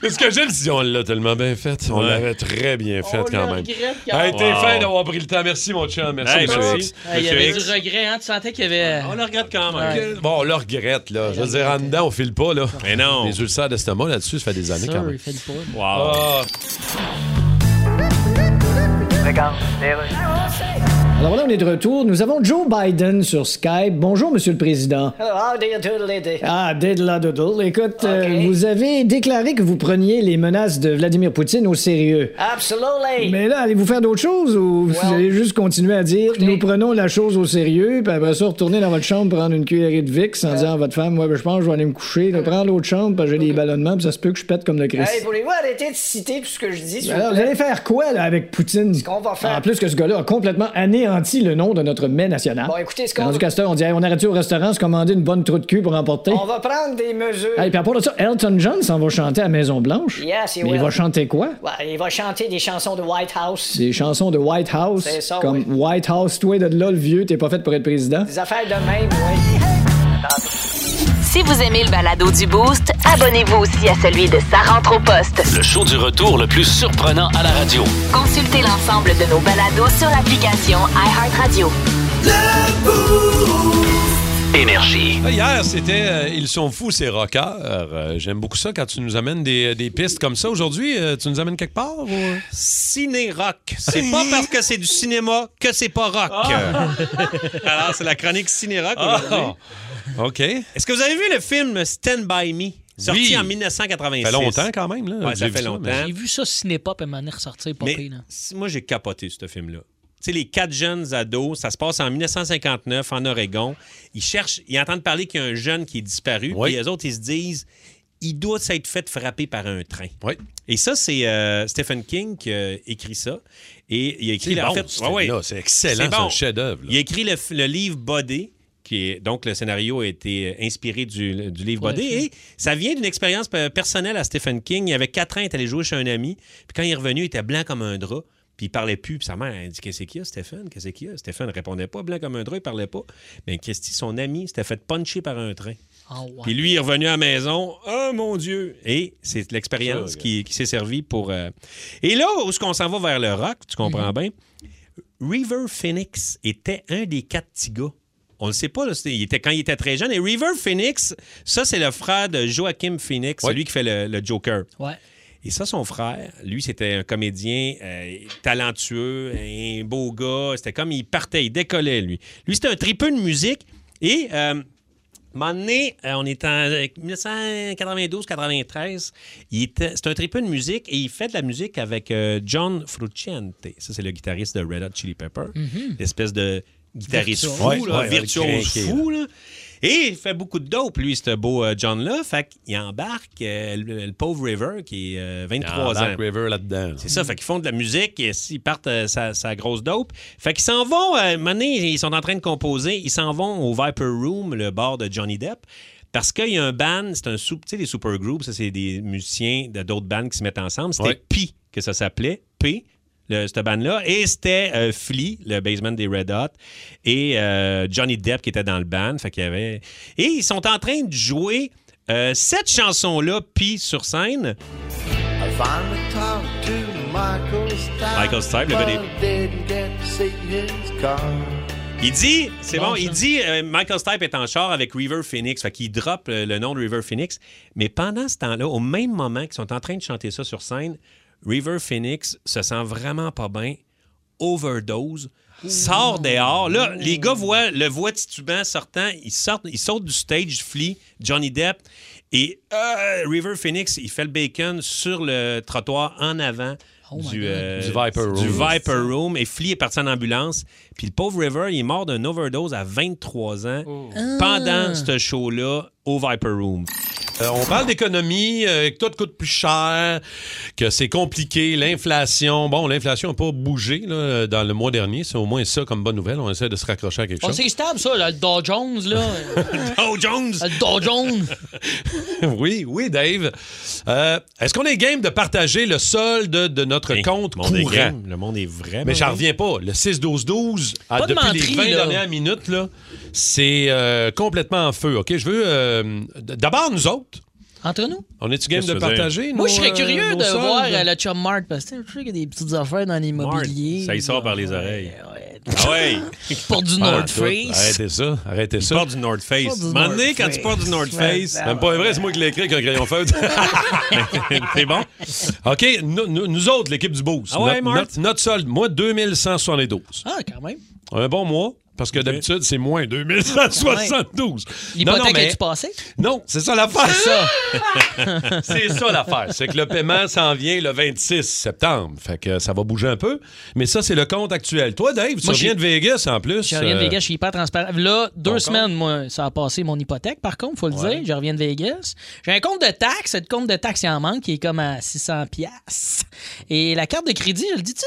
[SPEAKER 3] Parce que j'aime si on l'a tellement bien fait. On
[SPEAKER 5] Ouais. Ah.
[SPEAKER 3] l'avait très bien fait quand même. Hey, t'es
[SPEAKER 5] Wow.
[SPEAKER 3] fin d'avoir pris le temps. Merci, mon chum.
[SPEAKER 5] (laughs)
[SPEAKER 3] Merci,
[SPEAKER 5] Hey,
[SPEAKER 3] monsieur
[SPEAKER 5] merci.
[SPEAKER 3] X.
[SPEAKER 4] Il y
[SPEAKER 3] Monsieur
[SPEAKER 4] avait
[SPEAKER 3] X.
[SPEAKER 4] du regret, hein? Tu sentais qu'il y avait...
[SPEAKER 5] On le regrette quand
[SPEAKER 3] Ouais. Bon, on le regrette, là. Je veux dire, en dedans, on file pas, là. Mais non. Les ulcères d'estomac, là-dessus, ça fait des années, quand même. Ah.
[SPEAKER 10] Alors voilà, on est de retour. Nous avons Joe Biden sur Skype. Bonjour, Monsieur le Président.
[SPEAKER 16] How do you do, lady?
[SPEAKER 10] Ah, diddla doodle. Écoute, euh, vous avez déclaré que vous preniez les menaces de Vladimir Poutine au sérieux.
[SPEAKER 16] Absolutely.
[SPEAKER 10] Mais là, allez-vous faire d'autres choses ou vous allez juste continuer à dire nous prenons la chose au sérieux, puis après ça, retourner dans votre chambre, prendre une cuillerée de Vicks
[SPEAKER 16] Euh.
[SPEAKER 10] en disant à votre femme, ouais, ben, je pense que je vais aller me coucher, là, prendre l'autre chambre, parce que j'ai des ballonnements, puis ça se peut que je pète comme le Christ.
[SPEAKER 16] Hey, voulez-vous arrêter de citer tout ce que je dis? s'il vous
[SPEAKER 10] Ben Alors, vous
[SPEAKER 16] plaît?
[SPEAKER 10] allez faire quoi là, avec Poutine? Ce
[SPEAKER 16] qu'on va faire.
[SPEAKER 10] En plus que ce gars-là a complètement anéanti le nom de notre mets national.
[SPEAKER 16] Bon, écoutez, ce qu'on-
[SPEAKER 10] Rendu casteur, on dit, Hey, on arrête au restaurant, se commander une bonne trou de cul pour emporter.
[SPEAKER 16] On va prendre des mesures.
[SPEAKER 10] Hey, puis à part de ça, Elton John s'en va chanter à Maison-Blanche.
[SPEAKER 16] Yes, he
[SPEAKER 10] Mais il
[SPEAKER 16] will.
[SPEAKER 10] va chanter quoi?
[SPEAKER 16] Ouais, il va chanter des chansons de White House.
[SPEAKER 10] Des chansons de White House.
[SPEAKER 16] C'est ça,
[SPEAKER 10] comme White House, toi, de là, le vieux, t'es pas fait pour être président.
[SPEAKER 16] Des affaires de même, oui.
[SPEAKER 1] Si vous aimez le balado du Boost, abonnez-vous aussi à celui de Sa rentre au poste.
[SPEAKER 2] Le show du retour le plus surprenant à la radio.
[SPEAKER 1] Consultez l'ensemble de nos balados sur l'application iHeartRadio.
[SPEAKER 2] Énergie.
[SPEAKER 3] Ah, Hier, c'était euh, Ils sont fous, ces rockers. Euh, J'aime beaucoup ça quand tu nous amènes des, euh, des pistes comme ça. Aujourd'hui, euh, tu nous amènes quelque part? ou-
[SPEAKER 5] Ciné-rock. C'est pas parce que c'est du cinéma que c'est pas rock.
[SPEAKER 3] Ah.
[SPEAKER 5] (laughs) Alors, c'est la chronique ciné-rock
[SPEAKER 3] Ah.
[SPEAKER 5] aujourd'hui.
[SPEAKER 3] OK.
[SPEAKER 5] Est-ce que vous avez vu le film Stand By Me, sorti
[SPEAKER 3] Oui.
[SPEAKER 5] en 1986?
[SPEAKER 3] Ça fait longtemps quand même, là.
[SPEAKER 5] Ouais,
[SPEAKER 3] J'ai
[SPEAKER 5] ça
[SPEAKER 3] vu
[SPEAKER 5] fait
[SPEAKER 3] ça,
[SPEAKER 5] longtemps.
[SPEAKER 3] mais-
[SPEAKER 4] J'ai vu ça ciné-pop et m'en est ressorti, pas
[SPEAKER 5] Mais
[SPEAKER 4] pire, hein. là.
[SPEAKER 5] si- moi, j'ai capoté ce film-là. Tu sais, les quatre jeunes ados, ça se passe en 1959 en Oregon. Ils cherchent, ils entendent parler qu'il y a un jeune qui est disparu.
[SPEAKER 3] Oui.
[SPEAKER 5] Puis les autres, ils se disent, il doit s'être fait frapper par un train. Et ça, c'est euh, Stephen King qui a écrit ça. Et il a écrit
[SPEAKER 3] C'est
[SPEAKER 5] en
[SPEAKER 3] bon,
[SPEAKER 5] fait-
[SPEAKER 3] ce
[SPEAKER 5] ouais, ouais.
[SPEAKER 3] film-là. C'est excellent, c'est un chef-d'œuvre, là.
[SPEAKER 5] Il a écrit le, f- le livre Body, qui est, donc le scénario a été euh, inspiré du, du livre
[SPEAKER 3] Ouais,
[SPEAKER 5] Body.
[SPEAKER 3] film.
[SPEAKER 5] Et ça vient d'une expérience pe- personnelle à Stephen King. Il avait 4 ans, il est allé jouer chez un ami. Puis quand il est revenu, il était blanc comme un drap. Puis il parlait plus. Puis sa mère, elle dit Qu'est-ce qu'il y a, Stephen Qu'est-ce qu'il y a Stephen ne répondait pas, blanc comme un drap, il parlait pas. Mais qu'est-ce que son ami s'était fait puncher par un train.
[SPEAKER 4] Ah ouais.
[SPEAKER 5] Puis lui, il est revenu à la maison. Oh mon Dieu! Et c'est l'expérience
[SPEAKER 3] Ça,
[SPEAKER 5] qui, qui s'est servie pour. euh, Et là, où est-ce qu'on s'en va vers le rock, tu
[SPEAKER 4] Mhm.
[SPEAKER 5] comprends bien? River Phoenix était un des quatre petits gars. On le sait pas, là, c'était- il était, quand il était très jeune. Et River Phoenix, ça, c'est le frère de Joachim Phoenix, celui qui fait le, le Joker.
[SPEAKER 4] Ouais.
[SPEAKER 5] Et ça, son frère, lui, c'était un comédien euh, talentueux, un beau gars. C'était comme il partait, il décollait, lui. Lui, c'était un tripeux de musique. Et euh, un moment donné, euh, on est en 1992-93. Il était- C'est un tripeux de musique et il fait de la musique avec euh, John Frusciante. Ça, c'est le guitariste de Red Hot Chili Pepper.
[SPEAKER 3] Mhm.
[SPEAKER 5] L'espèce de guitariste
[SPEAKER 3] Virtuose.
[SPEAKER 5] fou,
[SPEAKER 3] Ouais,
[SPEAKER 5] là,
[SPEAKER 3] ouais,
[SPEAKER 5] virtuose
[SPEAKER 3] avec craqué,
[SPEAKER 5] fou. là. Et il fait beaucoup de dope, lui, ce beau euh, John-là. Fait qu'il embarque euh, le, le pauvre River, qui est euh, 23 ans.
[SPEAKER 3] Dark Ah, River là-dedans.
[SPEAKER 5] C'est ça, fait qu'ils font de la musique, et s'ils partent euh, sa, sa grosse dope. Fait qu'ils s'en vont, euh, à un moment donné, ils sont en train de composer, ils s'en vont au Viper Room, le bar de Johnny Depp, parce qu'il y a un band, c'est un sou- tu sais, des super groups, ça c'est des musiciens de d'autres bands qui se mettent ensemble. C'était
[SPEAKER 3] Ouais.
[SPEAKER 5] Pi que ça s'appelait, P, le, cette band-là, et c'était euh, Flea, le basement des Red Hot, et euh, Johnny Depp qui était dans le band, fait qu'il y avait... Et ils sont en train de jouer euh, cette chanson-là, Pi, sur scène. Michael
[SPEAKER 17] Michael
[SPEAKER 5] Stipe, le gars Il dit, c'est bon,
[SPEAKER 17] Bon,
[SPEAKER 5] il
[SPEAKER 17] ça.
[SPEAKER 5] dit euh, Michael Stipe est en char avec River Phoenix, fait qu'il drop euh, le nom de River Phoenix. Mais pendant ce temps-là, au même moment qu'ils sont en train de chanter ça sur scène, River Phoenix se sent
[SPEAKER 3] Ah,
[SPEAKER 5] vraiment pas bien, overdose, sort dehors. Là, les gars voient le voient titubant sortant, ils sortent, ils sautent du stage, Flea, Johnny Depp et euh, River Phoenix, il fait le bacon sur le trottoir en avant. du, euh,
[SPEAKER 3] Du Viper Room.
[SPEAKER 5] du Viper Room. Et Flea est parti en ambulance. Puis le pauvre River, il est mort d'une overdose à 23 ans pendant
[SPEAKER 3] Ah.
[SPEAKER 5] ce show-là au Viper Room.
[SPEAKER 3] Euh, on parle d'économie, euh, que tout coûte plus cher, que c'est compliqué, l'inflation. Bon, l'inflation n'a pas bougé là, dans le mois dernier. C'est au moins ça comme bonne nouvelle. On essaie de se raccrocher à quelque
[SPEAKER 4] On
[SPEAKER 3] chose.
[SPEAKER 4] s'est Oh, stable, ça, là, le Dow Jones, là.
[SPEAKER 5] Dow Jones!
[SPEAKER 4] Le Dow Jones!
[SPEAKER 3] (laughs) oui, oui, Dave. Euh, Est-ce qu'on est game de partager le solde de notre compte
[SPEAKER 5] le monde est
[SPEAKER 3] courant?
[SPEAKER 5] game. Mmh, Le monde est vraiment.
[SPEAKER 3] Mais j'en
[SPEAKER 5] game.
[SPEAKER 3] reviens pas. Le 6-12-12, ah,
[SPEAKER 5] Pas de
[SPEAKER 3] depuis
[SPEAKER 5] menterie,
[SPEAKER 3] les 20
[SPEAKER 5] là.
[SPEAKER 3] dernières minutes, là, c'est euh, complètement en feu. OK, je veux. euh, d- D'abord, nous autres.
[SPEAKER 4] Entre Ah, nous?
[SPEAKER 3] On est-tu game
[SPEAKER 4] Qu'est-ce
[SPEAKER 3] de
[SPEAKER 4] que tu veux dire?
[SPEAKER 3] partager?
[SPEAKER 4] Moi,
[SPEAKER 3] nos,
[SPEAKER 4] je serais
[SPEAKER 3] euh,
[SPEAKER 4] curieux
[SPEAKER 3] nos
[SPEAKER 4] de
[SPEAKER 3] soldes?
[SPEAKER 4] voir euh, le chum Mart, parce que tu sais, je sais qu'il y a des petites affaires dans l'immobilier.
[SPEAKER 5] Ça y sort par les oreilles. Ah ouais!
[SPEAKER 4] Pour du
[SPEAKER 3] Pas en
[SPEAKER 4] North
[SPEAKER 3] tout.
[SPEAKER 4] Face.
[SPEAKER 3] Ah, Arrêtez ça, arrêtez ça.
[SPEAKER 5] portes du North
[SPEAKER 4] Pas
[SPEAKER 5] Face.
[SPEAKER 4] du
[SPEAKER 5] M'en
[SPEAKER 4] North
[SPEAKER 5] donné, quand tu
[SPEAKER 4] Face. ben
[SPEAKER 5] portes du North Face.
[SPEAKER 3] C'est Même pas vrai, c'est moi qui l'ai écrit avec un
[SPEAKER 5] (laughs)
[SPEAKER 3] crayon feutre. c'est bon? OK, nous, nous- nous autres, l'équipe du Boost.
[SPEAKER 4] Ah ouais,
[SPEAKER 3] notre,
[SPEAKER 4] Mart?
[SPEAKER 3] notre- notre solde, moi, 2172.
[SPEAKER 4] Ah, quand même.
[SPEAKER 3] Un bon mois, parce que d'habitude, c'est moins 2172.
[SPEAKER 4] L'hypothèque
[SPEAKER 3] Non, non, mais-
[SPEAKER 4] est-tu passée?
[SPEAKER 3] Non, c'est ça l'affaire. (laughs)
[SPEAKER 4] C'est
[SPEAKER 3] ça. (laughs) c'est ça l'affaire. C'est que le paiement s'en vient le 26 septembre. Fait que ça va bouger un peu. Mais ça, c'est le compte actuel. Toi, Dave, tu
[SPEAKER 4] Moi,
[SPEAKER 3] reviens
[SPEAKER 4] j'ai-
[SPEAKER 3] de Vegas en plus.
[SPEAKER 4] Je reviens de
[SPEAKER 3] Euh,
[SPEAKER 4] Vegas, je suis hyper transparent. Là, deux semaines, moi, ça a passé mon hypothèque, par contre, faut le
[SPEAKER 3] Ouais.
[SPEAKER 4] dire. Je reviens de Vegas. J'ai un compte de taxe. Ce compte de taxe, il en manque, qui est comme à 600 pièces. Et la carte de crédit, je le dis-tu?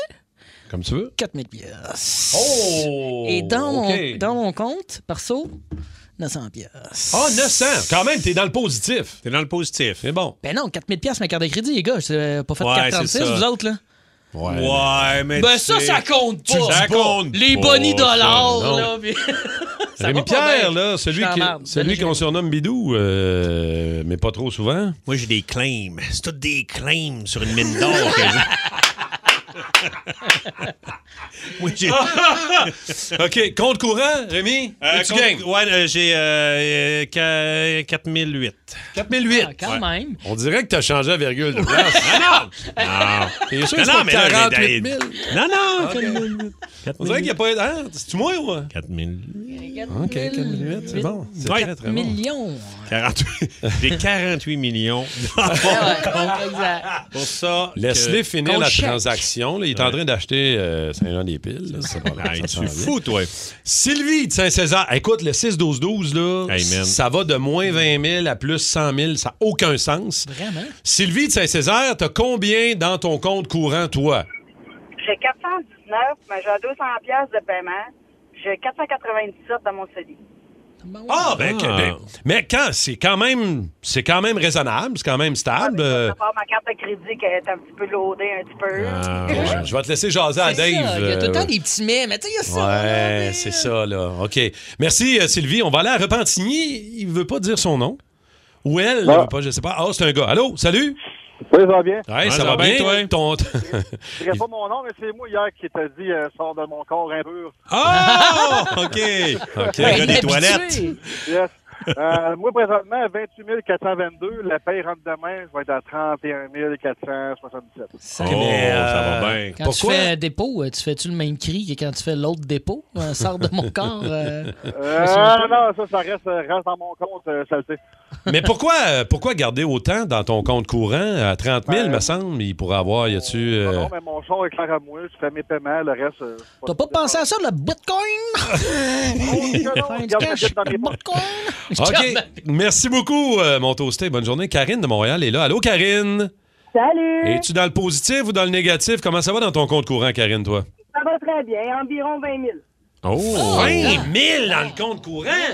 [SPEAKER 3] Comme tu veux.
[SPEAKER 4] 4000 pièces.
[SPEAKER 3] Oh!
[SPEAKER 4] Et dans, mon-
[SPEAKER 3] OK.
[SPEAKER 4] dans mon compte, perso, 900 pièces.
[SPEAKER 3] Ah, 900! Quand même, t'es dans le positif.
[SPEAKER 5] T'es dans le positif.
[SPEAKER 3] C'est bon.
[SPEAKER 4] Ben non, 4000 pièces ma carte de crédit, les gars. C'est pas fait
[SPEAKER 5] Ouais,
[SPEAKER 4] 436,
[SPEAKER 5] c'est ça.
[SPEAKER 4] vous autres, là.
[SPEAKER 3] Ouais.
[SPEAKER 5] Ouais, mais.
[SPEAKER 4] Ben
[SPEAKER 5] tu
[SPEAKER 4] ça,
[SPEAKER 5] sais-
[SPEAKER 4] ça compte
[SPEAKER 5] Tu le
[SPEAKER 4] pas.
[SPEAKER 5] dis pas.
[SPEAKER 4] Les
[SPEAKER 5] pas,
[SPEAKER 4] bonnies
[SPEAKER 5] ça,
[SPEAKER 4] dollars,
[SPEAKER 3] non.
[SPEAKER 4] là. puis- (laughs) Ça va
[SPEAKER 3] Rémi
[SPEAKER 4] pas
[SPEAKER 3] Pierre,
[SPEAKER 4] bien.
[SPEAKER 3] là, celui
[SPEAKER 4] Je suis en
[SPEAKER 3] qui-
[SPEAKER 4] marde.
[SPEAKER 3] celui qu'on surnomme Bidou, euh, mais pas trop souvent.
[SPEAKER 5] Moi, j'ai des claims. C'est tous
[SPEAKER 3] euh,
[SPEAKER 5] des claims sur une mine d'or. que j'ai. (laughs) Moi, j'ai-
[SPEAKER 3] (laughs) OK, compte courant, Rémi?
[SPEAKER 5] Euh,
[SPEAKER 3] tu
[SPEAKER 5] contre-
[SPEAKER 3] gagnes?
[SPEAKER 5] Ouais, euh, j'ai euh, euh, qua- 4008.
[SPEAKER 3] 4008.
[SPEAKER 4] Ah, quand même.
[SPEAKER 3] On dirait que t'as changé la
[SPEAKER 4] (laughs)
[SPEAKER 3] virgule de place. non, Ah. non! Il est sûr que c'est
[SPEAKER 5] Non, non,
[SPEAKER 3] pas
[SPEAKER 5] mais là,
[SPEAKER 3] 48
[SPEAKER 5] mais-
[SPEAKER 3] 000.
[SPEAKER 5] Non, non,
[SPEAKER 3] OK.
[SPEAKER 5] 4008.
[SPEAKER 3] On dirait qu'il n'y a pas... Hein? C'est-tu moi ou...
[SPEAKER 5] 4008.
[SPEAKER 3] OK, 4008, c'est bon. C'est
[SPEAKER 5] Ouais.
[SPEAKER 3] très, très bon.
[SPEAKER 4] Millions.
[SPEAKER 5] 48 J'ai
[SPEAKER 4] (laughs)
[SPEAKER 5] 48 millions dans mon compte.
[SPEAKER 4] Exact.
[SPEAKER 5] Pour ça.
[SPEAKER 3] Laisse-les
[SPEAKER 5] que-
[SPEAKER 3] finir
[SPEAKER 5] qu'on
[SPEAKER 3] la
[SPEAKER 5] check.
[SPEAKER 3] transaction. là. Il est en train d'acheter euh, Saint-Jean-des-Piles. là. Ça va-
[SPEAKER 5] Ah,
[SPEAKER 3] ça
[SPEAKER 5] tu
[SPEAKER 3] s'en vient.
[SPEAKER 5] fous, toi.
[SPEAKER 3] Sylvie de Saint-César. Écoute, le 6-12-12, là,
[SPEAKER 5] Hey, man.
[SPEAKER 3] ça va de moins 20 000 à plus 100 000. Ça n'a aucun sens.
[SPEAKER 4] Vraiment?
[SPEAKER 3] Sylvie de Saint-Césaire, t'as combien dans ton compte courant, toi?
[SPEAKER 17] J'ai 419, mais j'ai 200 pièces de paiement. J'ai 497 dans mon CELI.
[SPEAKER 3] Ah, ben, que- ben, mais quand c'est quand même c'est quand même raisonnable, c'est quand même
[SPEAKER 4] Ah,
[SPEAKER 3] stable. euh,
[SPEAKER 17] À part Ah, ma carte de crédit qui est un petit peu loadée, un petit peu.
[SPEAKER 3] ah,
[SPEAKER 17] (laughs)
[SPEAKER 3] ouais, je vais te laisser jaser à Dave.
[SPEAKER 4] C'est ça, il y a tout le temps
[SPEAKER 3] euh,
[SPEAKER 4] des petits mets, mais tu sais, il y a ça.
[SPEAKER 3] Ouais, c'est ça, là. OK. Merci, euh, Sylvie. On va aller à Repentigny. Il veut pas dire son nom. Ou elle,
[SPEAKER 14] Non.
[SPEAKER 3] elle veut pas, je sais pas. Ah, c'est un gars. Allô, salut?
[SPEAKER 14] Oui, ça va bien.
[SPEAKER 3] Ouais, ça va bien, toi? Ton...
[SPEAKER 14] Je dirais pas mon nom, mais c'est moi hier qui t'ai dit euh, sors de mon corps impur.
[SPEAKER 3] Ah! OK.
[SPEAKER 5] (laughs) OK, le gars des toilettes.
[SPEAKER 14] Yes. Euh, moi, présentement, à 28 422, la paye rentre demain, je vais être à 31 477.
[SPEAKER 5] Oh.
[SPEAKER 3] mais, euh,
[SPEAKER 5] ça va bien.
[SPEAKER 4] Quand
[SPEAKER 3] Pourquoi?
[SPEAKER 4] tu fais un dépôt, euh, tu fais-tu le même cri que quand tu fais l'autre dépôt? Euh, sors de
[SPEAKER 3] (laughs)
[SPEAKER 4] mon corps. euh,
[SPEAKER 14] Euh,
[SPEAKER 4] sur le corps.
[SPEAKER 14] non, ça, ça reste, reste dans mon compte, euh, ça le sait.
[SPEAKER 3] (laughs) Mais pourquoi, euh, pourquoi garder autant dans ton compte courant à 30 000,
[SPEAKER 14] Ben,
[SPEAKER 3] me semble? Il pourrait avoir, y a-tu. euh,
[SPEAKER 14] Non, mais mon son est clair à moi, je fais mes paiements, le reste. euh,
[SPEAKER 4] T'as pas pensé à ça, le
[SPEAKER 14] (laughs)
[SPEAKER 4] bitcoin? Faire du cash, le bitcoin?
[SPEAKER 3] (laughs) OK. Merci beaucoup, euh, mon toasté. Bonne journée. Karine de Montréal est là. Allô, Karine?
[SPEAKER 9] Salut!
[SPEAKER 3] Es-tu dans le positif ou dans le négatif? Comment ça va dans ton compte courant, Karine, toi?
[SPEAKER 9] Ça va très bien, environ 20 000.
[SPEAKER 3] Oh!
[SPEAKER 9] Ah.
[SPEAKER 3] 20 000 dans le compte courant!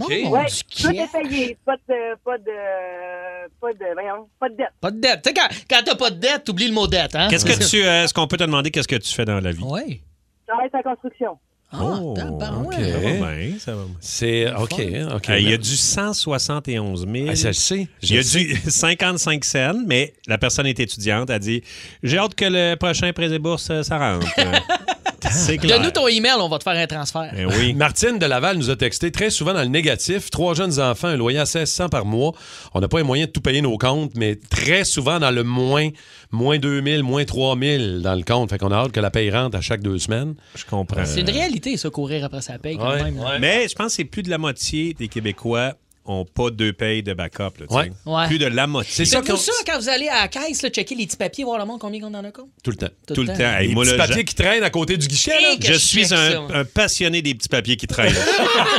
[SPEAKER 3] OK.
[SPEAKER 9] Ouais, tout est payé, pas de, pas de, pas de, voyons, pas de dette.
[SPEAKER 4] Pas de dette. Tu sais, quand, quand t'as pas de dette, t'oublies le mot dette.
[SPEAKER 3] Ah,
[SPEAKER 4] Hein?
[SPEAKER 5] Qu'est-ce que tu. euh, Est-ce qu'on peut te demander qu'est-ce que tu fais dans la vie?
[SPEAKER 4] Oui.
[SPEAKER 9] Je travaille sur la construction.
[SPEAKER 3] Ah,
[SPEAKER 5] Oh,
[SPEAKER 4] tabarouette.
[SPEAKER 5] Ça va bien, ça va bien.
[SPEAKER 3] C'est OK, hein, OK.
[SPEAKER 5] Euh, Il y a du 171 000.
[SPEAKER 3] Ah, ça, je sais, je
[SPEAKER 5] Il y a
[SPEAKER 3] sais.
[SPEAKER 5] (laughs) du 55 cents, mais la personne est étudiante. Elle dit J'ai hâte que le prochain président bourse, euh, ça
[SPEAKER 3] (laughs)
[SPEAKER 5] rentre. Euh,
[SPEAKER 4] (laughs)
[SPEAKER 5] C'est clair.
[SPEAKER 4] Donne-nous ton email, on va te faire un transfert.
[SPEAKER 5] Eh
[SPEAKER 3] (laughs) Martine de Laval nous a texté très souvent dans le négatif. Trois jeunes enfants, un loyer à 1600 par mois. On n'a pas les moyens de tout payer nos comptes, mais très souvent dans le moins, moins 2000, moins 3000 dans le compte. Fait qu'on a hâte que la paye rentre à chaque deux semaines.
[SPEAKER 5] Je comprends.
[SPEAKER 3] Euh,
[SPEAKER 4] C'est une réalité, ça, courir après sa paye, quand
[SPEAKER 5] Ouais,
[SPEAKER 4] même. là.
[SPEAKER 5] ouais. Mais je pense que c'est plus de la moitié des Québécois ont pas deux payes de backup. là, tu sais.
[SPEAKER 4] Ouais.
[SPEAKER 5] Plus de la moitié.
[SPEAKER 4] C'est ça, ça quand vous allez à la caisse, là, checker les petits papiers, voir le monde combien qu'on en a compte.
[SPEAKER 3] Tout le temps.
[SPEAKER 5] Tout le temps. Hey,
[SPEAKER 3] Les
[SPEAKER 5] moi,
[SPEAKER 3] petits
[SPEAKER 5] là,
[SPEAKER 3] papiers
[SPEAKER 5] je-
[SPEAKER 3] qui traînent à côté du guichet. là.
[SPEAKER 4] Et que
[SPEAKER 5] Je
[SPEAKER 4] je
[SPEAKER 5] suis
[SPEAKER 4] check
[SPEAKER 5] un,
[SPEAKER 4] ça.
[SPEAKER 5] un passionné des petits papiers qui traînent.